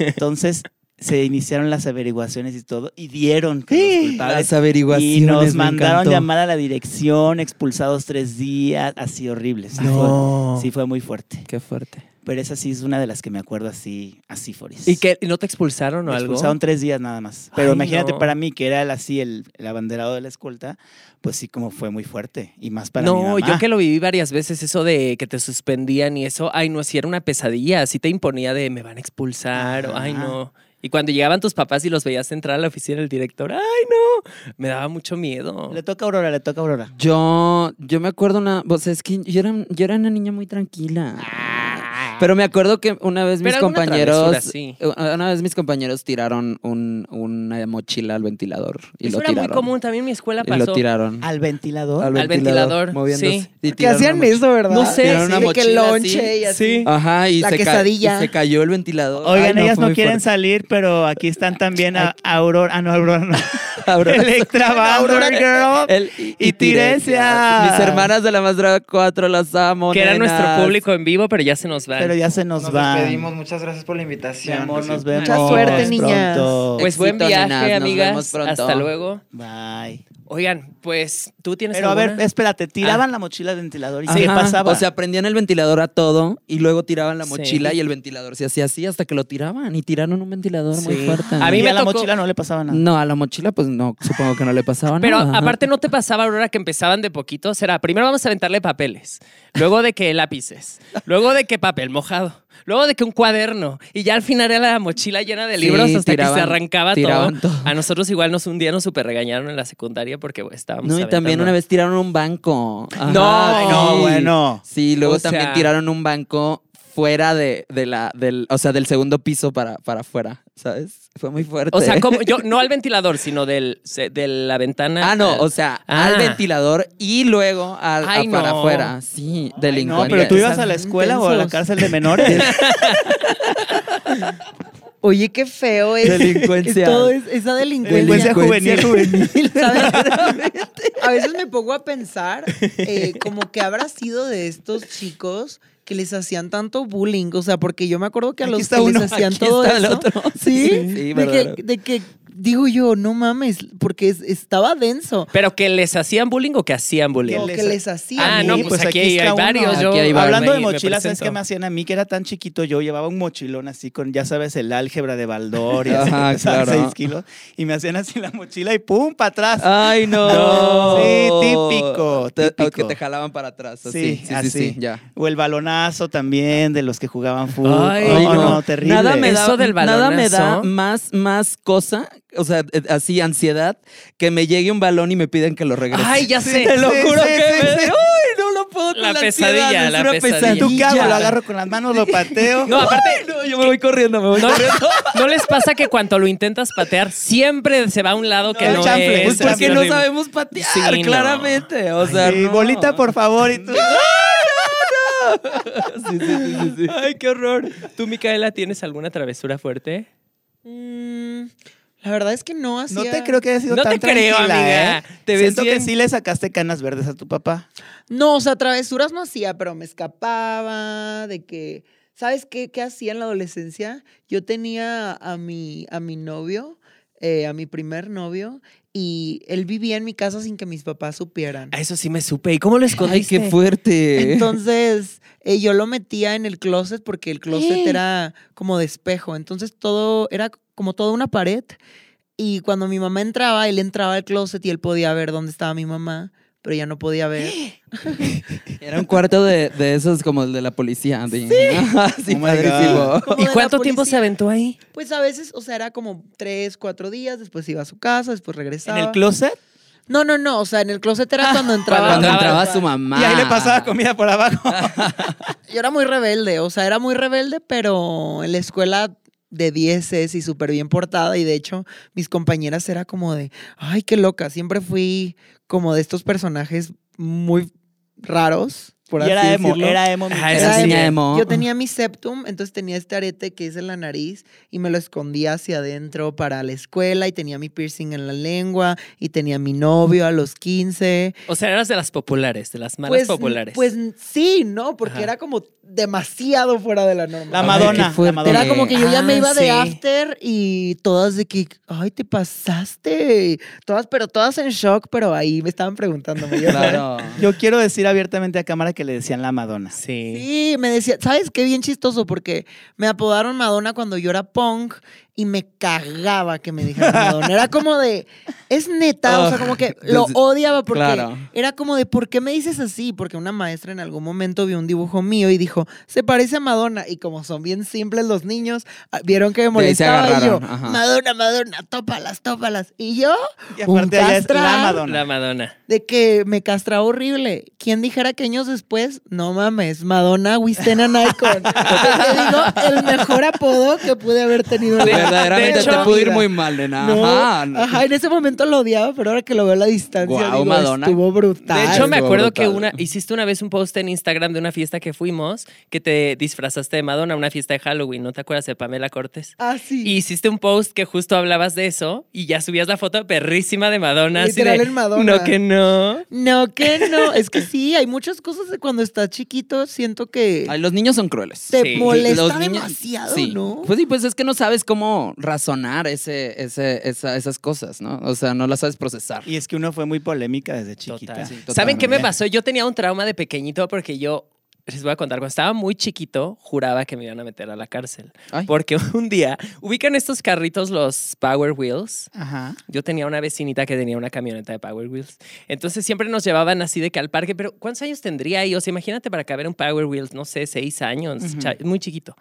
[SPEAKER 3] Entonces se iniciaron las averiguaciones y todo y dieron con los culpables.
[SPEAKER 4] Las averiguaciones.
[SPEAKER 3] Y nos
[SPEAKER 4] me
[SPEAKER 3] mandaron
[SPEAKER 4] encantó.
[SPEAKER 3] llamada a la dirección, expulsados tres días, así horribles.
[SPEAKER 4] No.
[SPEAKER 3] Fue- sí, fue muy fuerte.
[SPEAKER 4] Qué fuerte.
[SPEAKER 3] Pero esa sí es una de las que me acuerdo así, así, Foris.
[SPEAKER 1] ¿Y que no te expulsaron o
[SPEAKER 3] Me
[SPEAKER 1] algo?
[SPEAKER 3] expulsaron tres días nada más. Pero
[SPEAKER 1] Ay,
[SPEAKER 3] imagínate
[SPEAKER 1] no.
[SPEAKER 3] para mí, que era el- así el, el abanderado de la escolta, pues sí, como fue muy fuerte. Y más para mi
[SPEAKER 1] no,
[SPEAKER 3] mamá.
[SPEAKER 1] yo que lo viví varias veces, eso de que te suspendían y eso, ay, no, si era una pesadilla, así te imponía de me van a expulsar, o, ay,
[SPEAKER 3] Ajá.
[SPEAKER 1] no. Y cuando llegaban tus papás y los veías entrar a la oficina del director, ay, no, me daba mucho miedo.
[SPEAKER 3] Le toca a Aurora, le toca a Aurora.
[SPEAKER 4] Yo, yo me acuerdo una. O sea, es que yo era, yo era una niña muy tranquila. Pero me acuerdo que una vez mis
[SPEAKER 1] Ah. Pero alguna travesura,
[SPEAKER 4] compañeros.
[SPEAKER 1] sí.
[SPEAKER 4] Una vez mis compañeros tiraron un- una mochila al ventilador. Y
[SPEAKER 1] eso
[SPEAKER 4] lo
[SPEAKER 1] era
[SPEAKER 4] tiraron.
[SPEAKER 1] muy común, también en mi escuela
[SPEAKER 4] Y
[SPEAKER 1] pasó.
[SPEAKER 4] lo tiraron.
[SPEAKER 3] Al ventilador.
[SPEAKER 1] Al ventilador,
[SPEAKER 4] moviéndose.
[SPEAKER 1] sí.
[SPEAKER 4] Y
[SPEAKER 2] Que
[SPEAKER 4] tiraron
[SPEAKER 2] hacían
[SPEAKER 4] una mochila.
[SPEAKER 2] eso, ¿verdad?
[SPEAKER 1] No sé,
[SPEAKER 2] Tiraron
[SPEAKER 4] sí.
[SPEAKER 2] una
[SPEAKER 4] De que
[SPEAKER 2] mochila
[SPEAKER 4] lonche
[SPEAKER 2] así.
[SPEAKER 4] y
[SPEAKER 1] así. Sí.
[SPEAKER 4] Ajá, y
[SPEAKER 2] La
[SPEAKER 4] se, ca-
[SPEAKER 2] quesadilla.
[SPEAKER 4] y se cayó el ventilador.
[SPEAKER 3] Oigan,
[SPEAKER 4] Ay,
[SPEAKER 3] ellas
[SPEAKER 4] fue
[SPEAKER 3] no
[SPEAKER 4] muy
[SPEAKER 3] quieren
[SPEAKER 4] fuerte.
[SPEAKER 3] salir, pero aquí están también a a Aurora. Ah, no, Aurora no.
[SPEAKER 4] Aurora-
[SPEAKER 3] Electra Aurora Girl.
[SPEAKER 4] El-
[SPEAKER 3] y Tiresia.
[SPEAKER 4] Mis hermanas de la más draga 4, las amo.
[SPEAKER 1] Que era nuestro
[SPEAKER 4] nenas.
[SPEAKER 1] público en vivo, pero ya se nos van.
[SPEAKER 3] Pero ya se nos,
[SPEAKER 5] Nos
[SPEAKER 3] van.
[SPEAKER 5] despedimos, muchas gracias por la
[SPEAKER 3] Mi
[SPEAKER 5] invitación.
[SPEAKER 3] amor, nos
[SPEAKER 5] Nos
[SPEAKER 3] vemos.
[SPEAKER 2] Mucha suerte, niñas.
[SPEAKER 3] Pronto.
[SPEAKER 1] Pues
[SPEAKER 4] Éxito,
[SPEAKER 1] buen viaje,
[SPEAKER 4] nenas, nos
[SPEAKER 1] amigas.
[SPEAKER 4] vemos pronto.
[SPEAKER 1] Hasta luego.
[SPEAKER 3] Bye.
[SPEAKER 1] Oigan, pues tú tienes
[SPEAKER 3] Pero a
[SPEAKER 1] alguna? Ah.
[SPEAKER 3] ver, espérate, tiraban la mochila al ventilador y
[SPEAKER 4] Ajá,
[SPEAKER 3] ¿qué pasaba?
[SPEAKER 4] O sea, prendían el ventilador a todo y luego tiraban la
[SPEAKER 1] Sí.
[SPEAKER 4] mochila y el ventilador se hacía así hasta que lo tiraban y tiraron un ventilador muy
[SPEAKER 1] Sí.
[SPEAKER 4] fuerte.
[SPEAKER 1] A mí
[SPEAKER 3] Y
[SPEAKER 1] me
[SPEAKER 3] a la
[SPEAKER 1] tocó-
[SPEAKER 3] mochila no le pasaba nada.
[SPEAKER 4] No, a la mochila pues no, supongo que Ah, no le pasaba
[SPEAKER 1] Pero
[SPEAKER 4] nada.
[SPEAKER 1] aparte no te pasaba, Aurora, que empezaban de poquitos. Era, primero vamos a aventarle papeles, luego de que lápices, luego de que papel mojado, luego de que un cuaderno. Y ya al final era la mochila llena de
[SPEAKER 4] Sí,
[SPEAKER 1] libros hasta que
[SPEAKER 4] tiraban-
[SPEAKER 1] se arrancaba
[SPEAKER 4] tiraban
[SPEAKER 1] todo.
[SPEAKER 4] todo.
[SPEAKER 1] A nosotros igual nos un día nos super regañaron en la secundaria porque bueno, estábamos
[SPEAKER 4] No, y también
[SPEAKER 1] aventando.
[SPEAKER 4] una vez tiraron un banco. Ajá,
[SPEAKER 1] No,
[SPEAKER 3] no,
[SPEAKER 4] sí.
[SPEAKER 3] bueno.
[SPEAKER 4] Sí, luego
[SPEAKER 1] O sea-
[SPEAKER 4] también tiraron un banco fuera de, de la, del, o sea, del segundo piso para, para afuera, ¿sabes? Fue muy fuerte.
[SPEAKER 1] O sea, como yo, no al ventilador, sino del, se- de la ventana.
[SPEAKER 4] Ah, no,
[SPEAKER 1] al-
[SPEAKER 4] o sea,
[SPEAKER 1] Ah.
[SPEAKER 4] al ventilador y luego al, a
[SPEAKER 1] Ay, no.
[SPEAKER 4] para afuera. Sí,
[SPEAKER 3] No,
[SPEAKER 4] delincuente.
[SPEAKER 3] pero tú ibas a la
[SPEAKER 2] Están
[SPEAKER 3] escuela o a la
[SPEAKER 2] intensos.
[SPEAKER 3] cárcel de menores.
[SPEAKER 2] Oye, qué feo es.
[SPEAKER 4] Delincuencia.
[SPEAKER 2] es todo es- esa
[SPEAKER 3] Delincuencia
[SPEAKER 2] delincuencia.
[SPEAKER 3] juvenil.
[SPEAKER 2] ¿Sabes? A veces me pongo a pensar eh, como que habrá sido de estos chicos que les hacían tanto bullying. O sea, porque yo me acuerdo que a
[SPEAKER 3] Aquí
[SPEAKER 2] los
[SPEAKER 3] está
[SPEAKER 2] que
[SPEAKER 3] uno,
[SPEAKER 2] les hacían
[SPEAKER 3] aquí
[SPEAKER 2] todo
[SPEAKER 4] está el
[SPEAKER 2] eso.
[SPEAKER 4] otro.
[SPEAKER 2] Sí,
[SPEAKER 4] Sí, sí,
[SPEAKER 2] de,
[SPEAKER 4] verdadero.
[SPEAKER 2] que, de que digo yo, no mames, porque es- estaba denso.
[SPEAKER 1] Pero que les hacían bullying o que hacían bullying.
[SPEAKER 2] Lo
[SPEAKER 3] les-
[SPEAKER 2] que les hacían.
[SPEAKER 1] Ah, no,
[SPEAKER 3] Sí,
[SPEAKER 1] pues,
[SPEAKER 3] pues
[SPEAKER 1] aquí,
[SPEAKER 3] aquí
[SPEAKER 1] hay
[SPEAKER 3] está uno.
[SPEAKER 1] varios. Yo
[SPEAKER 4] Aquí hay varios.
[SPEAKER 3] Hablando de
[SPEAKER 1] me
[SPEAKER 3] mochilas, ¿sabes qué
[SPEAKER 1] presento.
[SPEAKER 3] me hacían a mí? Que era tan chiquito yo, llevaba un mochilón así con, ya sabes, el álgebra de Baldor y así,
[SPEAKER 4] Ajá,
[SPEAKER 3] pesaba
[SPEAKER 4] claro. Ah,
[SPEAKER 3] seis kilos. Y me hacían así la mochila y ¡pum! para atrás.
[SPEAKER 4] Ay, no.
[SPEAKER 3] No. Sí, típico,
[SPEAKER 4] Te-
[SPEAKER 3] típico.
[SPEAKER 4] Que te jalaban para atrás. Así,
[SPEAKER 3] Sí,
[SPEAKER 4] sí, sí,
[SPEAKER 3] así.
[SPEAKER 4] sí, ya.
[SPEAKER 3] O el balonazo también de los que jugaban fútbol.
[SPEAKER 1] Ay,
[SPEAKER 3] Oh,
[SPEAKER 1] no.
[SPEAKER 3] no, terrible.
[SPEAKER 4] Nada me
[SPEAKER 1] Eso
[SPEAKER 4] da,
[SPEAKER 1] del
[SPEAKER 4] nada me da
[SPEAKER 1] balonazo.
[SPEAKER 4] más, más cosa, o sea, eh, así ansiedad, que me llegue un balón y me piden que lo regrese.
[SPEAKER 1] Ay, ya sé.
[SPEAKER 4] Te lo
[SPEAKER 3] sí,
[SPEAKER 4] juro
[SPEAKER 3] sí,
[SPEAKER 4] que
[SPEAKER 3] sí,
[SPEAKER 4] me-
[SPEAKER 3] sí.
[SPEAKER 4] ¡Uy, no lo
[SPEAKER 2] puedo con
[SPEAKER 1] La
[SPEAKER 2] la,
[SPEAKER 1] pesadilla,
[SPEAKER 2] ansiedad,
[SPEAKER 1] la
[SPEAKER 2] es una
[SPEAKER 1] pesadilla.
[SPEAKER 3] ¿Tú qué hago?
[SPEAKER 2] pesadilla.
[SPEAKER 3] Lo agarro con las manos, lo pateo.
[SPEAKER 1] No, aparte,
[SPEAKER 2] No, yo me voy corriendo, me voy
[SPEAKER 1] no,
[SPEAKER 2] corriendo.
[SPEAKER 1] ¿no les pasa que cuanto lo intentas patear, siempre se va a un lado que
[SPEAKER 3] el
[SPEAKER 1] no
[SPEAKER 3] chanfle.
[SPEAKER 1] es?
[SPEAKER 4] Pues
[SPEAKER 3] Esa
[SPEAKER 4] porque
[SPEAKER 1] Así
[SPEAKER 4] no
[SPEAKER 1] horrible.
[SPEAKER 4] sabemos patear,
[SPEAKER 1] Sí, no.
[SPEAKER 4] claramente. O sea,
[SPEAKER 3] Sí,
[SPEAKER 4] no.
[SPEAKER 3] bolita, por favor. Y tú,
[SPEAKER 4] Sí, sí, sí, sí, sí.
[SPEAKER 1] Ay, qué horror. ¿Tú, Micaela, tienes alguna travesura fuerte?
[SPEAKER 2] Mm, la verdad es que no hacía...
[SPEAKER 3] no te creo que haya sido
[SPEAKER 1] No te
[SPEAKER 3] tan
[SPEAKER 1] creo,
[SPEAKER 3] tranquila,
[SPEAKER 1] amiga.
[SPEAKER 3] ¿eh?
[SPEAKER 1] Te ves
[SPEAKER 3] Siento
[SPEAKER 1] bien.
[SPEAKER 3] que sí le sacaste canas verdes a tu papá.
[SPEAKER 2] No, o sea, travesuras no hacía, pero me escapaba de que... ¿Sabes qué, qué hacía en la adolescencia? Yo tenía a mi, a mi novio, eh, a mi primer novio, y él vivía en mi casa sin que mis papás supieran.
[SPEAKER 1] A Ah, eso sí me supe. ¿Y cómo lo
[SPEAKER 4] Ay,
[SPEAKER 1] escondiste?
[SPEAKER 4] qué fuerte.
[SPEAKER 2] Entonces, eh, yo lo metía en el closet porque el closet
[SPEAKER 4] ¡Eh!
[SPEAKER 2] era como de espejo. Entonces, todo era como toda una pared. Y cuando mi mamá entraba, él entraba al closet y él podía ver dónde estaba mi mamá, pero ya no podía ver.
[SPEAKER 4] Era un cuarto de, de esos como el de la policía. de- sí,
[SPEAKER 3] Oh my
[SPEAKER 4] padrísimo.
[SPEAKER 2] Como
[SPEAKER 1] ¿Y
[SPEAKER 2] de la
[SPEAKER 1] cuánto tiempo se
[SPEAKER 2] policía.
[SPEAKER 1] aventó ahí?
[SPEAKER 2] Pues a veces, o sea, era como tres, cuatro días, después iba a su casa, después
[SPEAKER 3] ¿En
[SPEAKER 2] regresaba.
[SPEAKER 3] el closet?
[SPEAKER 2] No, no, no, o sea, en el closet era cuando entraba.
[SPEAKER 4] Cuando
[SPEAKER 1] Ah,
[SPEAKER 4] entraba
[SPEAKER 1] ah,
[SPEAKER 4] su mamá.
[SPEAKER 3] Y ahí le pasaba comida por abajo.
[SPEAKER 2] Yo era muy rebelde, o sea, era muy rebelde, pero en la escuela de 10 y súper bien portada y de hecho mis compañeras era como de, ay, qué loca, siempre fui como de estos personajes muy raros, por
[SPEAKER 3] y
[SPEAKER 2] así
[SPEAKER 3] era emo,
[SPEAKER 2] decirlo.
[SPEAKER 3] era emo. mi
[SPEAKER 1] Ah,
[SPEAKER 3] cara.
[SPEAKER 4] Era
[SPEAKER 2] Era
[SPEAKER 4] niña
[SPEAKER 2] emo.
[SPEAKER 4] emo.
[SPEAKER 2] Yo tenía mi septum, entonces tenía este arete que hice en la nariz y me lo escondía hacia adentro para la escuela y tenía mi piercing en la lengua y tenía mi novio a los 15
[SPEAKER 1] O sea, eras de las populares, de las malas
[SPEAKER 2] pues,
[SPEAKER 1] populares.
[SPEAKER 2] Pues sí, ¿no? Porque
[SPEAKER 1] Ajá.
[SPEAKER 2] era como demasiado fuera de la norma.
[SPEAKER 3] La
[SPEAKER 4] Ay,
[SPEAKER 3] Madonna.
[SPEAKER 4] qué fuerte.
[SPEAKER 3] la Madonna.
[SPEAKER 2] Era como que yo ya me
[SPEAKER 1] Ah,
[SPEAKER 2] iba de
[SPEAKER 1] sí.
[SPEAKER 2] after y todas de que, ay, te pasaste. Todas, pero todas en shock, pero ahí me estaban preguntándome. Yo,
[SPEAKER 4] Claro.
[SPEAKER 3] Yo quiero decir abiertamente a cámara que le decían la Madonna.
[SPEAKER 1] sí.
[SPEAKER 2] Sí, me decía, ¿sabes qué bien chistoso? Porque me apodaron Madonna cuando yo era punk y me cagaba que me dijeran Madonna. Era como de, es neta, o sea, como que lo
[SPEAKER 4] Oh, Entonces,
[SPEAKER 2] odiaba porque
[SPEAKER 4] claro.
[SPEAKER 2] era como de, ¿por qué me dices así? Porque una maestra en algún momento vio un dibujo mío y dijo, se parece a Madonna. Y como son bien simples los niños, ah, vieron que me
[SPEAKER 4] De ahí se
[SPEAKER 2] molestaba y yo,
[SPEAKER 4] agarraron, ajá.
[SPEAKER 2] Madonna, Madonna, tópalas, tópalas. Y yo,
[SPEAKER 3] Y aparte allá es la
[SPEAKER 2] castral.
[SPEAKER 3] Madonna.
[SPEAKER 1] La Madonna.
[SPEAKER 2] de que me castraba horrible. ¿Quién dijera que años después? No mames, Madonna Wistena Nikon. te digo, el mejor apodo que pude haber tenido. en la
[SPEAKER 4] Pues Verdaderamente
[SPEAKER 1] de hecho-
[SPEAKER 4] te pudo ir muy mal, nena.
[SPEAKER 2] No,
[SPEAKER 4] Ajá.
[SPEAKER 2] ajá, en ese momento lo odiaba, pero ahora que lo veo a la distancia,
[SPEAKER 4] Guau,
[SPEAKER 2] digo,
[SPEAKER 4] Madonna.
[SPEAKER 2] estuvo brutal.
[SPEAKER 1] De hecho, me
[SPEAKER 4] estuvo
[SPEAKER 1] acuerdo que
[SPEAKER 4] brutal.
[SPEAKER 1] una hiciste una vez un post en Instagram de una fiesta que fuimos que te disfrazaste de Madonna, una fiesta de Halloween. ¿No te acuerdas de Pamela Cortés?
[SPEAKER 2] Ah, sí.
[SPEAKER 1] Y hiciste un post que justo hablabas de eso y ya subías la foto perrísima de Madonna. así
[SPEAKER 2] Literal
[SPEAKER 1] de,
[SPEAKER 2] en Madonna.
[SPEAKER 1] No, que no.
[SPEAKER 2] No, que no. Es que sí, hay muchas cosas de cuando estás chiquito, siento que
[SPEAKER 4] Ay, los niños son crueles.
[SPEAKER 2] te
[SPEAKER 1] sí,
[SPEAKER 2] molesta
[SPEAKER 4] los niños-
[SPEAKER 2] demasiado,
[SPEAKER 4] sí.
[SPEAKER 2] ¿no?
[SPEAKER 4] Pues sí, pues es que no sabes cómo razonar ese, ese, esa- esas cosas, ¿no? O sea, no las sabes procesar.
[SPEAKER 3] Y es que uno fue muy polémica desde chiquita.
[SPEAKER 1] Total.
[SPEAKER 4] Sí,
[SPEAKER 1] ¿Saben qué me
[SPEAKER 4] totalmente.
[SPEAKER 1] pasó? Yo tenía un trauma de pequeñito porque yo, les voy a contar, cuando estaba muy chiquito, juraba que me iban a meter a la cárcel.
[SPEAKER 4] Ay.
[SPEAKER 1] Porque un día, ubican estos carritos, los Power Wheels.
[SPEAKER 3] Ajá.
[SPEAKER 1] Yo tenía una vecinita que tenía una camioneta de Power Wheels. Entonces siempre nos llevaban así de que al parque, pero ¿cuántos años tendría ahí? O sea, imagínate para caber un Power Wheels, no sé, seis años, cha- muy chiquito.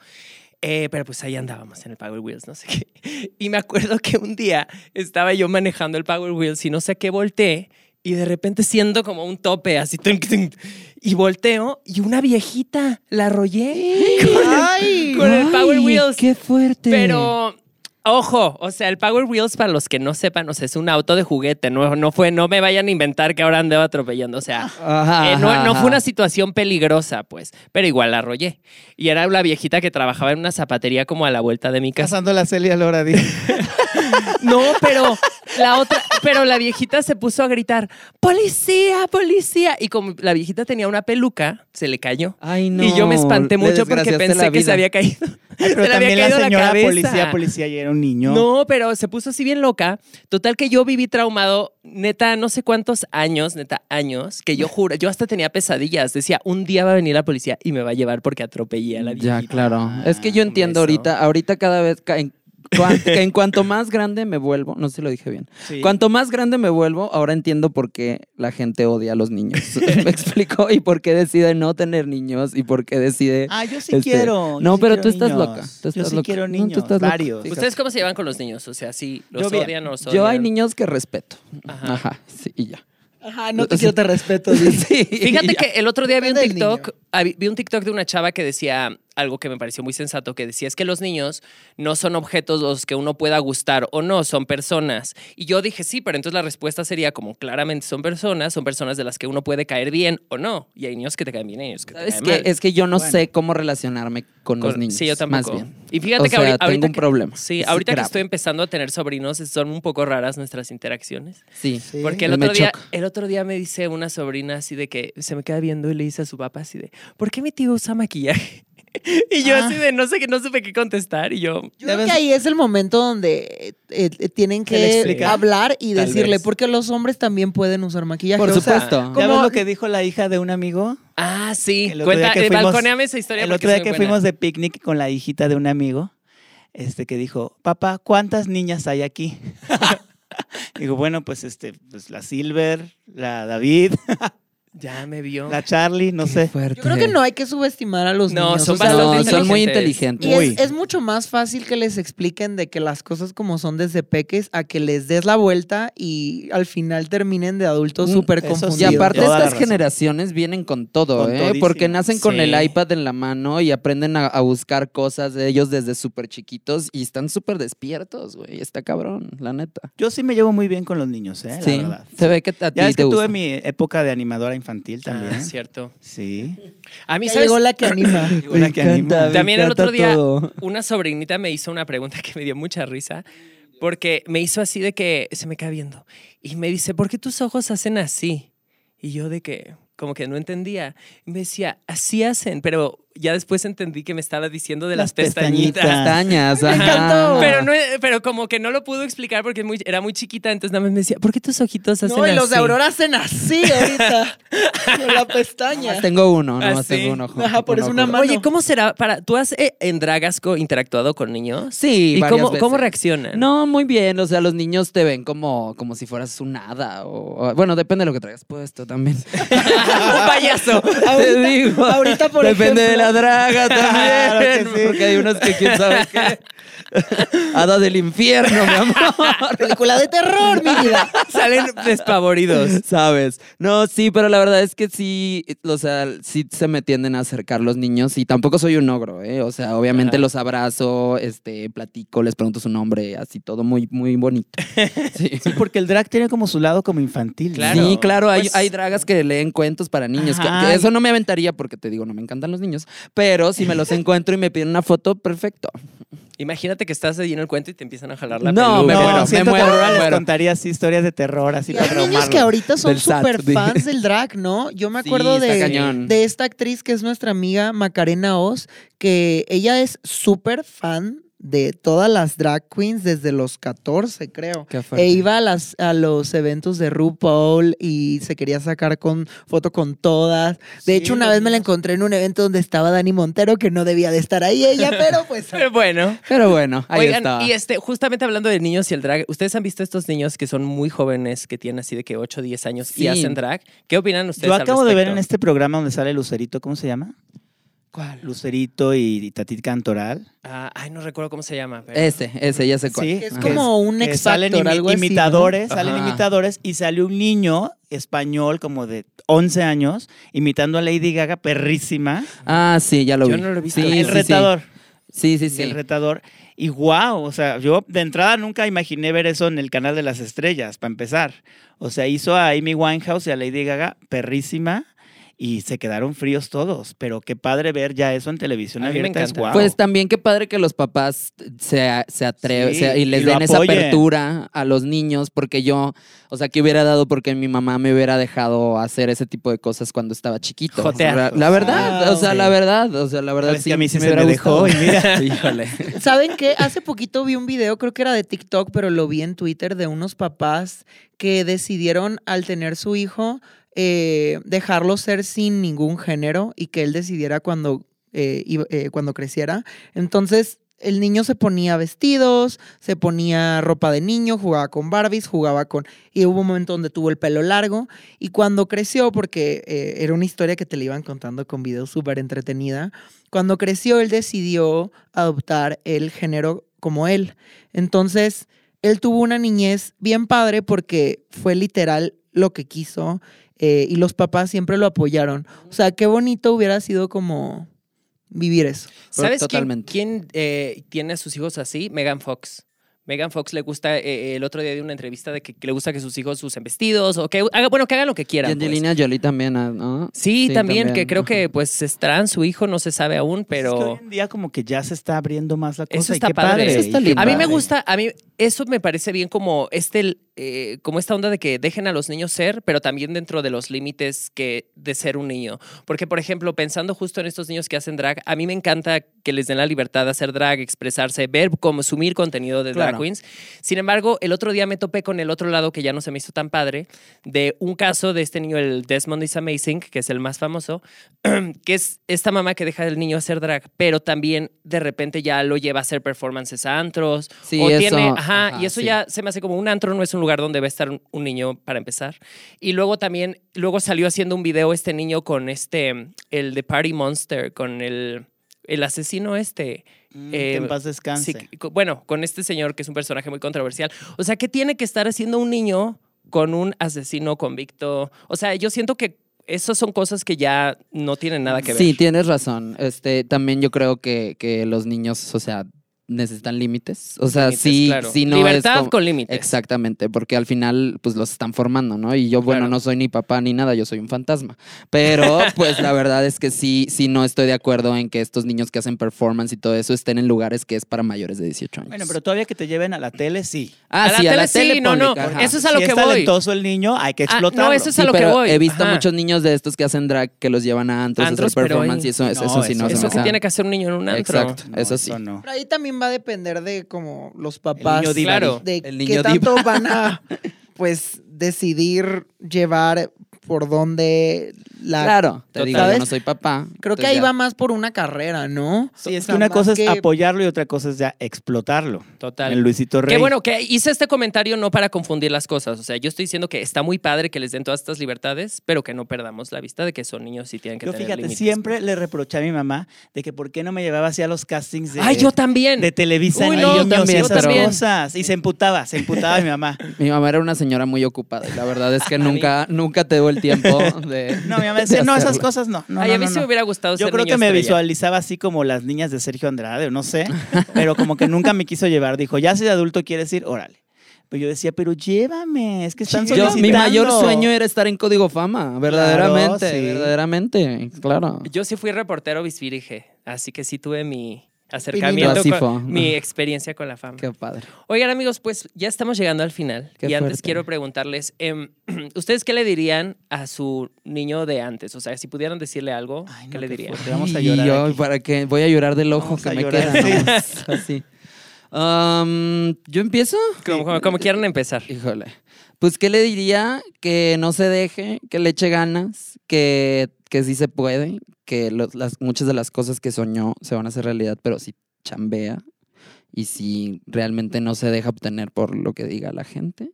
[SPEAKER 1] Eh, pero pues ahí andábamos en el Power Wheels, no sé qué. Y me acuerdo que un día estaba yo manejando el Power Wheels y no sé qué volteé y de repente siento como un tope así. tunk, tunk, y volteo y una viejita la arrollé con el-
[SPEAKER 2] Ay,
[SPEAKER 1] con el Power Wheels.
[SPEAKER 4] ¡Qué fuerte!
[SPEAKER 1] Pero, ojo, o sea, el Power Wheels, para los que no sepan, o sea, es un auto de juguete, no, no fue, no me vayan a inventar que ahora andaba atropellando, o sea,
[SPEAKER 4] Ajá,
[SPEAKER 1] eh, no,
[SPEAKER 4] ajá,
[SPEAKER 1] no fue
[SPEAKER 4] ajá.
[SPEAKER 1] una situación peligrosa, pues, pero igual la arrollé. Y era la viejita que trabajaba en una zapatería como a la vuelta de mi casa.
[SPEAKER 3] Casando la Celia Lora, dije.
[SPEAKER 1] No, pero la otra, pero la viejita se puso a gritar, policía, policía. Y como la viejita tenía una peluca, se le cayó.
[SPEAKER 4] Ay, no.
[SPEAKER 1] y yo me espanté
[SPEAKER 4] le
[SPEAKER 1] mucho porque
[SPEAKER 4] desgraciaste
[SPEAKER 1] pensé
[SPEAKER 4] la
[SPEAKER 1] que se
[SPEAKER 4] vida.
[SPEAKER 1] había caído.
[SPEAKER 3] Ay, Pero
[SPEAKER 1] se le había
[SPEAKER 3] también la
[SPEAKER 1] caído la
[SPEAKER 3] señora
[SPEAKER 1] cabeza.
[SPEAKER 3] policía, policía, y era un niño.
[SPEAKER 1] No, pero se puso así bien loca. Total que yo viví traumado, neta, no sé cuántos años, neta, años, que yo juro, yo hasta tenía pesadillas. Decía, un día va a venir la policía y me va a llevar porque atropellé a la
[SPEAKER 4] Ya,
[SPEAKER 1] viejita.
[SPEAKER 4] claro. Es que yo entiendo
[SPEAKER 1] eso.
[SPEAKER 4] ahorita, ahorita cada vez ca- en, cuan- que en cuanto más grande me vuelvo, no sé si lo dije bien.
[SPEAKER 3] Sí.
[SPEAKER 4] Cuanto más grande me vuelvo, ahora entiendo por qué la gente odia a los niños. me explico y por qué decide no tener niños y por qué decide
[SPEAKER 3] Ah, yo sí
[SPEAKER 4] Este,
[SPEAKER 3] quiero. yo
[SPEAKER 4] no,
[SPEAKER 3] sí
[SPEAKER 4] pero
[SPEAKER 3] quiero
[SPEAKER 4] tú estás
[SPEAKER 3] niños.
[SPEAKER 4] loca, tú
[SPEAKER 3] yo
[SPEAKER 4] estás
[SPEAKER 3] sí
[SPEAKER 4] loca.
[SPEAKER 3] quiero
[SPEAKER 4] No, tú
[SPEAKER 3] niños.
[SPEAKER 4] estás loca.
[SPEAKER 3] varios.
[SPEAKER 1] ¿Ustedes cómo se llevan con los niños? O sea, sí, los
[SPEAKER 3] Yo bien.
[SPEAKER 1] odian o los
[SPEAKER 4] Yo
[SPEAKER 1] odian?
[SPEAKER 4] hay niños que respeto.
[SPEAKER 1] Ajá.
[SPEAKER 4] Ajá. sí, y ya.
[SPEAKER 2] Ajá, no te quiero, te respeto. dice.
[SPEAKER 4] Sí.
[SPEAKER 1] Fíjate que el otro día vi un
[SPEAKER 2] Depende del
[SPEAKER 1] TikTok, ah, vi- vi un TikTok de una chava que decía algo que me pareció muy sensato, que decía es que los niños no son objetos los que uno pueda gustar o no, son personas. Y yo dije, sí, pero entonces la respuesta sería como claramente son personas, son personas de las que uno puede caer bien o no. Y hay niños que te caen bien, hay niños que te
[SPEAKER 4] Es
[SPEAKER 1] caen
[SPEAKER 4] que,
[SPEAKER 1] mal.
[SPEAKER 4] es que yo no
[SPEAKER 3] Bueno.
[SPEAKER 4] sé cómo relacionarme con, los
[SPEAKER 1] Con-
[SPEAKER 4] niños.
[SPEAKER 1] Sí, yo tampoco.
[SPEAKER 4] Más bien.
[SPEAKER 1] Y fíjate
[SPEAKER 4] O
[SPEAKER 1] que
[SPEAKER 4] sea,
[SPEAKER 1] ahorita,
[SPEAKER 4] tengo
[SPEAKER 1] ahorita
[SPEAKER 4] un
[SPEAKER 1] que-
[SPEAKER 4] problema.
[SPEAKER 1] Sí,
[SPEAKER 4] Es
[SPEAKER 1] ahorita que
[SPEAKER 4] grave.
[SPEAKER 1] estoy empezando a tener sobrinos, son un poco raras nuestras interacciones.
[SPEAKER 4] Sí.
[SPEAKER 2] Sí.
[SPEAKER 1] Porque el
[SPEAKER 4] Me
[SPEAKER 1] otro, día,
[SPEAKER 4] choca.
[SPEAKER 1] el otro día me dice una sobrina así de que se me queda viendo y le dice a su papá así de, ¿por qué mi tío usa maquillaje? Y yo
[SPEAKER 2] Ah.
[SPEAKER 1] así de, no sé, qué- no supe qué contestar. Y yo,
[SPEAKER 2] Yo creo
[SPEAKER 3] Debes-
[SPEAKER 2] que ahí es el momento donde eh, eh, tienen
[SPEAKER 3] ¿Se le
[SPEAKER 2] que
[SPEAKER 3] explica?
[SPEAKER 2] hablar y
[SPEAKER 4] Tal
[SPEAKER 2] decirle,
[SPEAKER 4] vez.
[SPEAKER 2] porque los hombres también pueden usar maquillaje.
[SPEAKER 4] Por
[SPEAKER 2] O sea,
[SPEAKER 4] supuesto.
[SPEAKER 3] ¿Ya
[SPEAKER 2] Como-
[SPEAKER 3] ves lo que dijo la hija de un amigo?
[SPEAKER 1] ah, sí,
[SPEAKER 3] El otro día
[SPEAKER 1] cuenta,
[SPEAKER 3] que
[SPEAKER 1] eh,
[SPEAKER 3] fuimos-
[SPEAKER 1] balconeame esa historia
[SPEAKER 3] El
[SPEAKER 1] porque
[SPEAKER 3] otro día
[SPEAKER 1] es muy
[SPEAKER 3] que
[SPEAKER 1] buena.
[SPEAKER 3] fuimos de picnic con la hijita de un amigo, este que dijo, papá, ¿cuántas niñas hay aquí? Digo, bueno, pues este, pues la Silver, la David,
[SPEAKER 1] Ya me vio.
[SPEAKER 3] la Charlie, no sé.
[SPEAKER 2] yo creo que no hay que subestimar a los
[SPEAKER 1] No,
[SPEAKER 2] niños.
[SPEAKER 1] son
[SPEAKER 2] o sea,
[SPEAKER 1] bastante
[SPEAKER 4] No, son muy
[SPEAKER 2] y
[SPEAKER 4] inteligentes.
[SPEAKER 3] Muy.
[SPEAKER 2] es, es mucho más fácil que les expliquen de que las cosas como son desde peques a que les des la vuelta y al final terminen de adultos
[SPEAKER 4] Mm,
[SPEAKER 2] súper
[SPEAKER 3] eso sí.
[SPEAKER 2] confundidos.
[SPEAKER 4] Y aparte
[SPEAKER 3] Toda la
[SPEAKER 4] estas
[SPEAKER 3] razón.
[SPEAKER 4] generaciones vienen con todo,
[SPEAKER 3] Con
[SPEAKER 4] ¿eh?
[SPEAKER 3] todísimo.
[SPEAKER 4] Porque nacen con el
[SPEAKER 1] Sí.
[SPEAKER 4] iPad en la mano y aprenden a, a buscar cosas de ellos desde súper chiquitos y están súper despiertos, güey. Está cabrón, la neta.
[SPEAKER 3] Yo sí me llevo muy bien con los niños, ¿eh?
[SPEAKER 4] sí,
[SPEAKER 3] La verdad.
[SPEAKER 4] se ve que a ti
[SPEAKER 3] Ya es
[SPEAKER 4] te
[SPEAKER 3] que
[SPEAKER 4] gusta.
[SPEAKER 3] tuve mi época de animadora infantil también.
[SPEAKER 1] Ah, cierto.
[SPEAKER 3] Sí.
[SPEAKER 1] A mí,
[SPEAKER 2] Ya
[SPEAKER 1] ¿sabes?
[SPEAKER 2] llegó la que anima.
[SPEAKER 3] Una que anima.
[SPEAKER 1] me También el otro día- Una sobrinita me hizo una pregunta que me dio mucha risa porque me hizo así de que se me cae viendo y me dice, ¿por qué tus ojos hacen así? Y yo de que como que no entendía. Y me decía, así hacen, pero ya después entendí que me estaba diciendo de las,
[SPEAKER 3] Las
[SPEAKER 1] pestañitas. Ah.
[SPEAKER 3] pestañitas.
[SPEAKER 4] Pestañas, ajá.
[SPEAKER 2] encantó.
[SPEAKER 1] Pero, no, pero como que no lo pudo explicar porque muy- era muy chiquita, entonces nada más me decía, ¿por qué tus ojitos hacen
[SPEAKER 2] No,
[SPEAKER 1] así?
[SPEAKER 2] y los de Aurora hacen así ahorita. con la pestaña.
[SPEAKER 4] Nomás tengo uno, nomás
[SPEAKER 1] Así.
[SPEAKER 4] tengo un ojo.
[SPEAKER 2] Ajá, por
[SPEAKER 4] un
[SPEAKER 2] eso una
[SPEAKER 4] ojo.
[SPEAKER 2] mano.
[SPEAKER 1] Oye, ¿cómo será? para ¿Tú has eh, en Dragasco interactuado con niños?
[SPEAKER 4] Sí,
[SPEAKER 1] ¿Y
[SPEAKER 4] varias
[SPEAKER 1] cómo, cómo
[SPEAKER 4] veces.
[SPEAKER 1] reaccionan?
[SPEAKER 4] No, muy bien. O sea, los niños te ven como, como si fueras un hada. O, o- bueno, depende de lo que traigas puesto también.
[SPEAKER 1] Un payaso.
[SPEAKER 4] Te digo.
[SPEAKER 2] ahorita, por
[SPEAKER 4] depende de
[SPEAKER 2] ejemplo.
[SPEAKER 4] la draga también.
[SPEAKER 3] Claro que sí.
[SPEAKER 4] Porque hay unos que quién sabe qué. Hada del infierno, mi amor.
[SPEAKER 2] Película de terror, mi vida.
[SPEAKER 1] Salen despavoridos.
[SPEAKER 4] ¿Sabes? No, sí, pero la verdad es que sí, o sea, sí se me tienden a acercar los niños y tampoco soy un ogro, ¿eh? O sea, obviamente
[SPEAKER 1] Ajá.
[SPEAKER 4] los abrazo, este, platico, les pregunto su nombre, así todo muy, muy bonito. Sí.
[SPEAKER 3] Sí, porque el drag tiene como su lado como infantil. ¿no?
[SPEAKER 1] Claro.
[SPEAKER 4] Sí, claro, hay,
[SPEAKER 1] Pues-
[SPEAKER 4] hay dragas que leen cuentos para niños. que-
[SPEAKER 3] Ajá.
[SPEAKER 4] que eso no me aventaría porque te digo, no me encantan los niños. Pero si me los encuentro y me piden una foto, perfecto.
[SPEAKER 1] Imagínate que estás ahí en el cuento y te empiezan a jalar la peluca.
[SPEAKER 4] No, me
[SPEAKER 3] No,
[SPEAKER 4] muero, me
[SPEAKER 3] siento que
[SPEAKER 4] muero,
[SPEAKER 3] ahora
[SPEAKER 4] me
[SPEAKER 3] les
[SPEAKER 4] muero.
[SPEAKER 3] contaría así historias de terror, así
[SPEAKER 2] Y
[SPEAKER 3] para
[SPEAKER 2] hay niños
[SPEAKER 3] traumarlos.
[SPEAKER 2] que ahorita son
[SPEAKER 4] Del SAT,
[SPEAKER 2] súper
[SPEAKER 4] dije.
[SPEAKER 2] fans del drag, ¿no? Yo me acuerdo
[SPEAKER 4] Sí, está
[SPEAKER 2] de,
[SPEAKER 4] cañón.
[SPEAKER 2] de esta actriz que es nuestra amiga Macarena Oz, que ella es súper fan de todas las drag queens desde los 14, creo.
[SPEAKER 4] Qué fuerte.
[SPEAKER 2] E iba a, las, a los eventos de RuPaul y se quería sacar con, foto con todas. De
[SPEAKER 3] Sí,
[SPEAKER 2] hecho, una
[SPEAKER 3] los
[SPEAKER 2] vez me la
[SPEAKER 3] niños.
[SPEAKER 2] encontré en un evento donde estaba Dani Montero, que no debía de estar ahí ella, pero pues...
[SPEAKER 1] Pero bueno.
[SPEAKER 4] Pero bueno, ahí
[SPEAKER 1] Oigan,
[SPEAKER 4] está.
[SPEAKER 1] y este, justamente hablando de niños y el drag, ¿ustedes han visto estos niños que son muy jóvenes, que tienen así de que 8, 10 años y
[SPEAKER 4] Sí.
[SPEAKER 1] hacen drag? ¿Qué opinan ustedes?
[SPEAKER 3] Yo
[SPEAKER 1] al
[SPEAKER 3] acabo de ver en
[SPEAKER 1] respecto?
[SPEAKER 3] este programa donde sale Lucerito, ¿cómo se llama?
[SPEAKER 4] ¿Cuál?
[SPEAKER 3] Lucerito y, y Tatit Cantoral.
[SPEAKER 4] este-
[SPEAKER 1] Ah, ay, no recuerdo cómo se llama. pero-
[SPEAKER 4] Ese, ese, ya sé cuál.
[SPEAKER 3] Sí,
[SPEAKER 2] Es
[SPEAKER 4] Ajá.
[SPEAKER 2] como un
[SPEAKER 3] que
[SPEAKER 2] ex
[SPEAKER 3] salen
[SPEAKER 2] Factor,
[SPEAKER 3] imi-
[SPEAKER 2] algo así, ¿no?
[SPEAKER 3] imitadores, salen
[SPEAKER 4] Ajá.
[SPEAKER 3] imitadores y salió un niño español como de 11 años imitando a Lady Gaga perrísima,
[SPEAKER 4] Ah, sí, ya lo
[SPEAKER 1] Yo
[SPEAKER 4] vi.
[SPEAKER 1] no lo he visto.
[SPEAKER 4] Sí,
[SPEAKER 1] El
[SPEAKER 4] sí,
[SPEAKER 3] el
[SPEAKER 4] sí.
[SPEAKER 3] retador,
[SPEAKER 4] Sí, sí, sí.
[SPEAKER 3] el retador y wow, o sea, yo de entrada nunca imaginé ver eso en el canal de las estrellas para empezar. O sea, hizo a Amy Winehouse y a Lady Gaga perrísima. Y se quedaron fríos todos, pero qué padre ver ya eso en televisión
[SPEAKER 1] A mí me
[SPEAKER 3] abierta. es
[SPEAKER 1] encanta.
[SPEAKER 3] guau.
[SPEAKER 4] Pues también qué padre que los papás se, se atreven
[SPEAKER 3] Sí,
[SPEAKER 4] se- y les
[SPEAKER 3] y lo
[SPEAKER 4] den esa
[SPEAKER 3] apoyen.
[SPEAKER 4] apertura a los niños, porque yo, o sea, que hubiera dado porque mi mamá me hubiera dejado hacer ese tipo de cosas cuando estaba chiquito.
[SPEAKER 1] Jotear.
[SPEAKER 4] La- La verdad,
[SPEAKER 3] Ah,
[SPEAKER 4] o sea,
[SPEAKER 3] ok.
[SPEAKER 4] la verdad, o sea, la verdad
[SPEAKER 3] Sabes
[SPEAKER 4] sí,
[SPEAKER 3] que a mí sí
[SPEAKER 4] me
[SPEAKER 3] se me
[SPEAKER 4] hubiera
[SPEAKER 3] dejó y
[SPEAKER 4] gustado.
[SPEAKER 3] mira.
[SPEAKER 4] Híjole.
[SPEAKER 2] ¿Saben qué? Hace poquito vi un video, creo que era de TikTok, pero lo vi en Twitter, de unos papás que decidieron al tener su hijo eh, dejarlo ser sin ningún género y que él decidiera cuando, eh, iba- eh, cuando creciera. Entonces... El niño se ponía vestidos, se ponía ropa de niño, jugaba con Barbies, jugaba con... Y hubo un momento donde tuvo el pelo largo y cuando creció, porque eh, era una historia que te le iban contando con videos súper entretenida, cuando creció, él decidió adoptar el género como él. Entonces, él tuvo una niñez bien padre porque fue literal lo que quiso eh, y los papás siempre lo apoyaron. O sea, qué bonito hubiera sido como vivir eso.
[SPEAKER 1] ¿Sabes quién,
[SPEAKER 4] Totalmente.
[SPEAKER 1] quién, eh, tiene a sus hijos así? Megan Fox. Megan Fox le gusta, eh, el otro día de una entrevista de que, que le gusta que sus hijos usen vestidos o que haga, bueno, que hagan lo que
[SPEAKER 4] Y
[SPEAKER 1] quieran. pues.
[SPEAKER 4] Angelina Jolie también, ah, ¿no?
[SPEAKER 1] Sí,
[SPEAKER 4] Sí,
[SPEAKER 1] también,
[SPEAKER 4] también. Pues
[SPEAKER 1] que creo que pues es trans, su hijo no se sabe aún,
[SPEAKER 3] Es que hoy
[SPEAKER 1] pero
[SPEAKER 3] en día como que ya se está abriendo más la cosa.
[SPEAKER 1] eso
[SPEAKER 3] y
[SPEAKER 1] está
[SPEAKER 3] qué
[SPEAKER 1] padre.
[SPEAKER 3] padre.
[SPEAKER 4] Eso está
[SPEAKER 3] y qué
[SPEAKER 4] lindo.
[SPEAKER 1] A mí me
[SPEAKER 3] padre.
[SPEAKER 1] gusta, a mí eso me parece bien como este, eh, como esta onda de que dejen a los niños ser, pero también dentro de los límites que de ser un niño. Porque por ejemplo, pensando justo en estos niños que hacen drag, a mí me encanta que les den la libertad de hacer drag, expresarse, ver, consumir contenido de drag
[SPEAKER 3] Claro.
[SPEAKER 1] queens. Sin embargo, el otro día me topé con el otro lado que ya no se me hizo tan padre de un caso de este niño, el Desmond is Amazing, que es el más famoso, que es esta mamá que deja al niño hacer drag, pero también de repente ya lo lleva a hacer performances a antros.
[SPEAKER 4] Sí,
[SPEAKER 1] o
[SPEAKER 4] eso,
[SPEAKER 1] tiene, ajá, y
[SPEAKER 4] ajá,
[SPEAKER 1] eso
[SPEAKER 4] sí.
[SPEAKER 1] ya se me hace como un antro, no es un lugar donde va a estar un, un niño para empezar. Y luego también, luego salió haciendo un video este niño con este, el de Party Monster, con el, el asesino este.
[SPEAKER 3] Mm,
[SPEAKER 1] eh,
[SPEAKER 3] que en paz descanse.
[SPEAKER 1] Sí, co- bueno, con este señor que es un personaje muy controversial. O sea, ¿qué tiene que estar haciendo un niño con un asesino convicto? O sea, yo siento que esas son cosas que ya no tienen nada que ver.
[SPEAKER 4] Sí, tienes razón. Este, también yo creo que, que los niños, o sea, necesitan límites. O sea,
[SPEAKER 1] Límites,
[SPEAKER 4] sí,
[SPEAKER 1] claro.
[SPEAKER 4] sí no
[SPEAKER 1] Libertad
[SPEAKER 4] es como-
[SPEAKER 1] con límites.
[SPEAKER 4] Exactamente, porque al final pues los están formando, ¿no? Y yo, bueno,
[SPEAKER 1] Claro.
[SPEAKER 4] no soy ni papá ni nada, yo soy un fantasma. Pero pues la verdad es que sí, sí no estoy de acuerdo en que estos niños que hacen performance y todo eso estén en lugares que es para mayores de 18 años.
[SPEAKER 3] Bueno, pero todavía que te lleven a la tele, sí.
[SPEAKER 4] ah,
[SPEAKER 1] a la
[SPEAKER 4] sí, a
[SPEAKER 1] tele
[SPEAKER 4] la
[SPEAKER 1] sí,
[SPEAKER 4] tele
[SPEAKER 1] no, no,
[SPEAKER 4] pública, ajá.
[SPEAKER 1] eso es a lo
[SPEAKER 3] si
[SPEAKER 1] que
[SPEAKER 3] es
[SPEAKER 1] voy.
[SPEAKER 3] talentoso el niño, hay que
[SPEAKER 1] Ah, no,
[SPEAKER 3] explotarlo.
[SPEAKER 1] eso es a
[SPEAKER 4] Sí,
[SPEAKER 1] lo que
[SPEAKER 4] pero
[SPEAKER 1] voy.
[SPEAKER 4] He visto
[SPEAKER 1] Ajá.
[SPEAKER 4] muchos niños de estos que hacen drag que los llevan a antros, a hacer
[SPEAKER 1] Antros, pero
[SPEAKER 4] performance
[SPEAKER 1] ahí-
[SPEAKER 4] y eso, eso,
[SPEAKER 3] No,
[SPEAKER 4] sí
[SPEAKER 3] eso-
[SPEAKER 4] no se me
[SPEAKER 1] Eso que
[SPEAKER 4] hace.
[SPEAKER 1] tiene que hacer un niño en un antro.
[SPEAKER 4] Exacto, eso sí.
[SPEAKER 3] eso no.
[SPEAKER 2] Pero ahí también va a depender de como los papás.
[SPEAKER 3] niño diva.
[SPEAKER 1] Claro.
[SPEAKER 2] de
[SPEAKER 4] El
[SPEAKER 2] qué
[SPEAKER 4] niño
[SPEAKER 2] tanto van a pues decidir llevar por dónde la
[SPEAKER 4] Claro, te digo,
[SPEAKER 2] ¿Sabes?
[SPEAKER 4] yo no soy papá.
[SPEAKER 2] Creo que
[SPEAKER 4] entonces
[SPEAKER 2] ahí
[SPEAKER 4] ya.
[SPEAKER 2] va más por una carrera, ¿no?
[SPEAKER 3] Sí, es
[SPEAKER 2] O
[SPEAKER 3] que
[SPEAKER 2] sea,
[SPEAKER 3] una
[SPEAKER 2] más
[SPEAKER 3] cosa es
[SPEAKER 2] que-
[SPEAKER 3] apoyarlo y otra cosa es ya explotarlo.
[SPEAKER 1] Total.
[SPEAKER 3] El Luisito Rey.
[SPEAKER 1] Qué bueno, que hice este comentario no para confundir las cosas. O sea, yo estoy diciendo que está muy padre que les den todas estas libertades, pero que no perdamos la vista de que son niños y tienen que pues.
[SPEAKER 3] Yo
[SPEAKER 1] tener
[SPEAKER 3] fíjate,
[SPEAKER 1] límites.
[SPEAKER 3] siempre le reproché a mi mamá de que por qué no me llevaba así a los castings de,
[SPEAKER 1] Ay, yo también.
[SPEAKER 3] de Televisa
[SPEAKER 1] Uy,
[SPEAKER 3] en
[SPEAKER 1] no,
[SPEAKER 3] niños
[SPEAKER 4] yo también,
[SPEAKER 3] y esas
[SPEAKER 4] pero-
[SPEAKER 3] cosas. Y se emputaba, se emputaba mi mamá.
[SPEAKER 4] Mi mamá era una señora muy ocupada y la verdad es que nunca, nunca te dio el tiempo de.
[SPEAKER 3] No, mi mamá
[SPEAKER 4] de
[SPEAKER 3] decía, no, esas
[SPEAKER 4] hacerlo".
[SPEAKER 3] cosas no. no,
[SPEAKER 1] Ay,
[SPEAKER 3] no,
[SPEAKER 1] a mí
[SPEAKER 3] no,
[SPEAKER 1] sí
[SPEAKER 3] no".
[SPEAKER 1] me hubiera gustado
[SPEAKER 3] Yo
[SPEAKER 1] ser
[SPEAKER 3] creo
[SPEAKER 1] niño
[SPEAKER 3] que me
[SPEAKER 1] estrella.
[SPEAKER 3] visualizaba así como las niñas de Sergio Andrade, o no sé, pero como que nunca me quiso llevar. Dijo, ya si de adulto quieres ir, órale. Pero yo decía, pero llévame, es que están
[SPEAKER 4] Yo-
[SPEAKER 3] solicitando.
[SPEAKER 4] mi mayor sueño era estar en Código Fama, verdaderamente,
[SPEAKER 3] sí.
[SPEAKER 4] verdaderamente, claro.
[SPEAKER 1] Yo sí fui reportero bisvirige, así que sí tuve mi
[SPEAKER 4] Tú
[SPEAKER 1] acercamiento,
[SPEAKER 4] así
[SPEAKER 1] con-
[SPEAKER 4] fue.
[SPEAKER 1] mi experiencia con la fama.
[SPEAKER 4] Qué padre.
[SPEAKER 1] Oigan amigos, pues ya estamos llegando al final
[SPEAKER 4] Qué
[SPEAKER 1] y antes
[SPEAKER 4] fuerte.
[SPEAKER 1] quiero preguntarles, em, ¿ustedes qué le dirían a su niño de antes? O sea, si pudieran decirle algo,
[SPEAKER 3] Ay, no,
[SPEAKER 1] ¿qué le
[SPEAKER 3] qué
[SPEAKER 1] dirían?
[SPEAKER 3] fuerte, vamos a
[SPEAKER 4] Y
[SPEAKER 3] llorar.
[SPEAKER 4] yo,
[SPEAKER 3] aquí.
[SPEAKER 4] ¿para qué? Voy a llorar del ojo
[SPEAKER 3] Vamos
[SPEAKER 4] que
[SPEAKER 3] a
[SPEAKER 4] me
[SPEAKER 3] llorar,
[SPEAKER 4] queda.
[SPEAKER 3] sí.
[SPEAKER 4] nomás, así. Um, ¿Yo empiezo?
[SPEAKER 1] Como, como- como quieran empezar.
[SPEAKER 4] Híjole. Pues, ¿qué le diría? Que no se deje, que le eche ganas, que, que sí se puede, que los- las, muchas de las cosas que soñó se van a hacer realidad, pero si chambea y si realmente no se deja obtener por lo que diga la gente.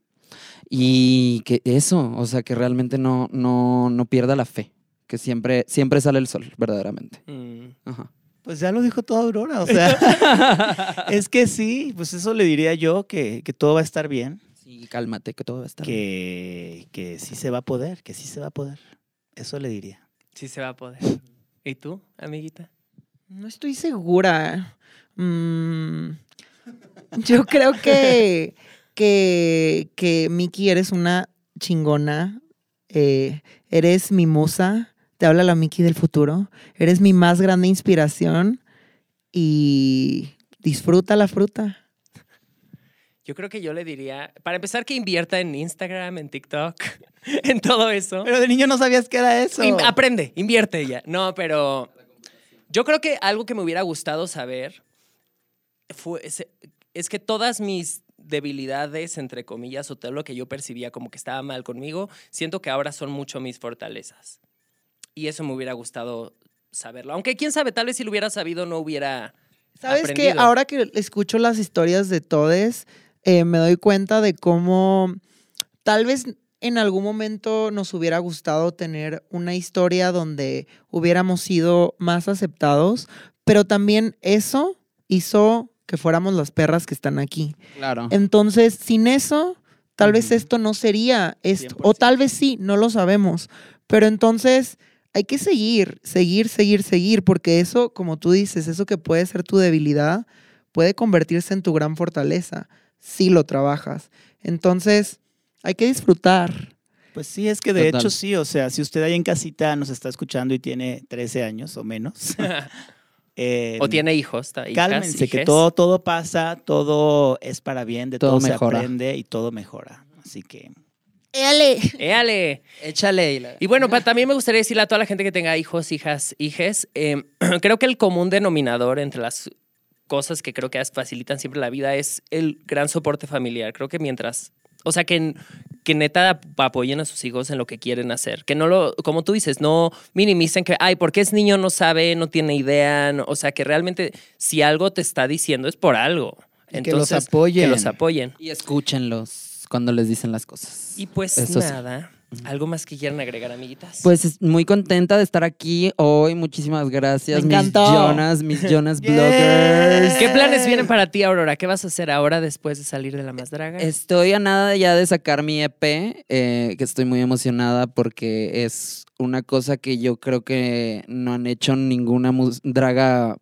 [SPEAKER 4] Y que eso, o sea, que realmente no, no, no pierda la fe, que siempre, siempre sale el sol, verdaderamente.
[SPEAKER 1] Mm.
[SPEAKER 4] Ajá.
[SPEAKER 3] Pues ya lo dijo toda Aurora, o sea. es que sí, pues eso le diría yo, que, que todo va a estar bien,
[SPEAKER 4] Sí, cálmate, que todo va a estar bien.
[SPEAKER 3] que, que sí se va a poder, que sí se va a poder. Eso le diría.
[SPEAKER 1] Sí se va a poder. ¿Y tú, amiguita?
[SPEAKER 2] No estoy segura. Mm, yo creo que, que, que Miki, eres una chingona. Eh, eres mi musa. Te habla la Miki del futuro. Eres mi más grande inspiración. Y disfruta la fruta.
[SPEAKER 1] Yo creo que yo le diría, para empezar, que invierta en Instagram, en TikTok, en todo eso.
[SPEAKER 3] Pero de niño no sabías que era eso.
[SPEAKER 1] In- aprende, invierte ya. No, pero yo creo que algo que me hubiera gustado saber fue, es, es que todas mis debilidades, entre comillas, o todo lo que yo percibía como que estaba mal conmigo, siento que ahora son mucho mis fortalezas. Y eso me hubiera gustado saberlo. Aunque quién sabe, tal vez si lo hubiera sabido no hubiera...
[SPEAKER 2] ¿Sabes
[SPEAKER 1] aprendido.
[SPEAKER 2] que Ahora que escucho las historias de todes, eh, me doy cuenta de cómo tal vez en algún momento nos hubiera gustado tener una historia donde hubiéramos sido más aceptados, pero también eso hizo que fuéramos las perras que están aquí.
[SPEAKER 4] Claro.
[SPEAKER 2] Entonces, sin eso, Tal vez esto no sería esto. O tal vez sí, no lo sabemos. Pero entonces hay que seguir, seguir, seguir, seguir, porque eso, como tú dices, eso que puede ser tu debilidad, puede convertirse en tu gran fortaleza si lo trabajas. Entonces, hay que disfrutar.
[SPEAKER 3] Pues sí, es que de
[SPEAKER 4] Total.
[SPEAKER 3] hecho sí, o sea, si usted ahí en casita nos está escuchando y tiene 13 años o menos, eh,
[SPEAKER 1] O tiene hijos. ta- hijas,
[SPEAKER 3] cálmense, que
[SPEAKER 1] hijes.
[SPEAKER 3] todo, todo pasa, todo es para bien, de todo,
[SPEAKER 4] Todo
[SPEAKER 3] se
[SPEAKER 4] mejora.
[SPEAKER 3] aprende y todo mejora. Así que
[SPEAKER 1] ¡Éale!
[SPEAKER 4] Échale. y la-
[SPEAKER 1] Y bueno, pa- también me gustaría decirle a toda la gente que tenga hijos, hijas, hijes, eh, creo que el común denominador entre las cosas que creo que as- facilitan siempre la vida es el gran soporte familiar. Creo que mientras, o sea, que, n- que neta ap- apoyen a sus hijos en lo que quieren hacer, que no lo, como tú dices, no minimicen que, ay, porque es niño, no sabe, no tiene idea, no- o sea, que realmente si algo te está diciendo es por algo.
[SPEAKER 3] Y que los
[SPEAKER 1] Que
[SPEAKER 3] apoyen.
[SPEAKER 1] los apoyen.
[SPEAKER 4] Y escúchenlos cuando les dicen las cosas.
[SPEAKER 1] Y pues
[SPEAKER 4] Eso sí.
[SPEAKER 1] nada, ¿algo más que quieran agregar, amiguitas?
[SPEAKER 4] Pues es- muy contenta de estar aquí hoy. Muchísimas gracias,
[SPEAKER 2] Me
[SPEAKER 4] mis
[SPEAKER 2] encantó.
[SPEAKER 4] Jonas, mis Jonas
[SPEAKER 3] Yeah.
[SPEAKER 4] Bloggers.
[SPEAKER 1] ¿Qué planes
[SPEAKER 3] Eh.
[SPEAKER 1] vienen para ti, Aurora? ¿Qué vas a hacer ahora después de salir de la más draga?
[SPEAKER 4] Estoy a nada ya de sacar mi EP, eh, que estoy muy emocionada porque es una cosa que yo creo que no han hecho ninguna mus- draga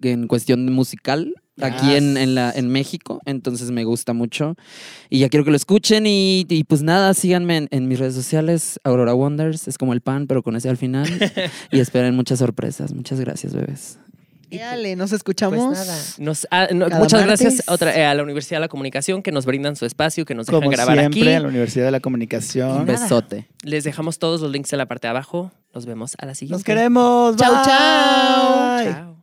[SPEAKER 4] en cuestión musical aquí en, en la, en México, entonces me gusta mucho y ya quiero que lo escuchen y, y pues nada, síganme en, en mis redes sociales, Aurora Wonders, es como el pan, pero con ese al final y esperen muchas sorpresas. Muchas gracias, bebés.
[SPEAKER 2] Éale, nos escuchamos.
[SPEAKER 1] Pues nada. Nos- ah, no,
[SPEAKER 2] Cada
[SPEAKER 1] muchas gracias
[SPEAKER 2] martes.
[SPEAKER 1] otra, eh, a la Universidad de la Comunicación que nos brindan su espacio, que nos dejan
[SPEAKER 3] como
[SPEAKER 1] grabar
[SPEAKER 3] siempre,
[SPEAKER 1] aquí.
[SPEAKER 3] en la Universidad de la
[SPEAKER 4] Un
[SPEAKER 3] Comunicación.
[SPEAKER 1] nada.
[SPEAKER 4] besote.
[SPEAKER 1] Les dejamos todos los links en la parte de abajo. Nos vemos a la siguiente.
[SPEAKER 3] Nos queremos.
[SPEAKER 2] Chao,
[SPEAKER 3] bye.
[SPEAKER 2] chao.
[SPEAKER 1] Chao.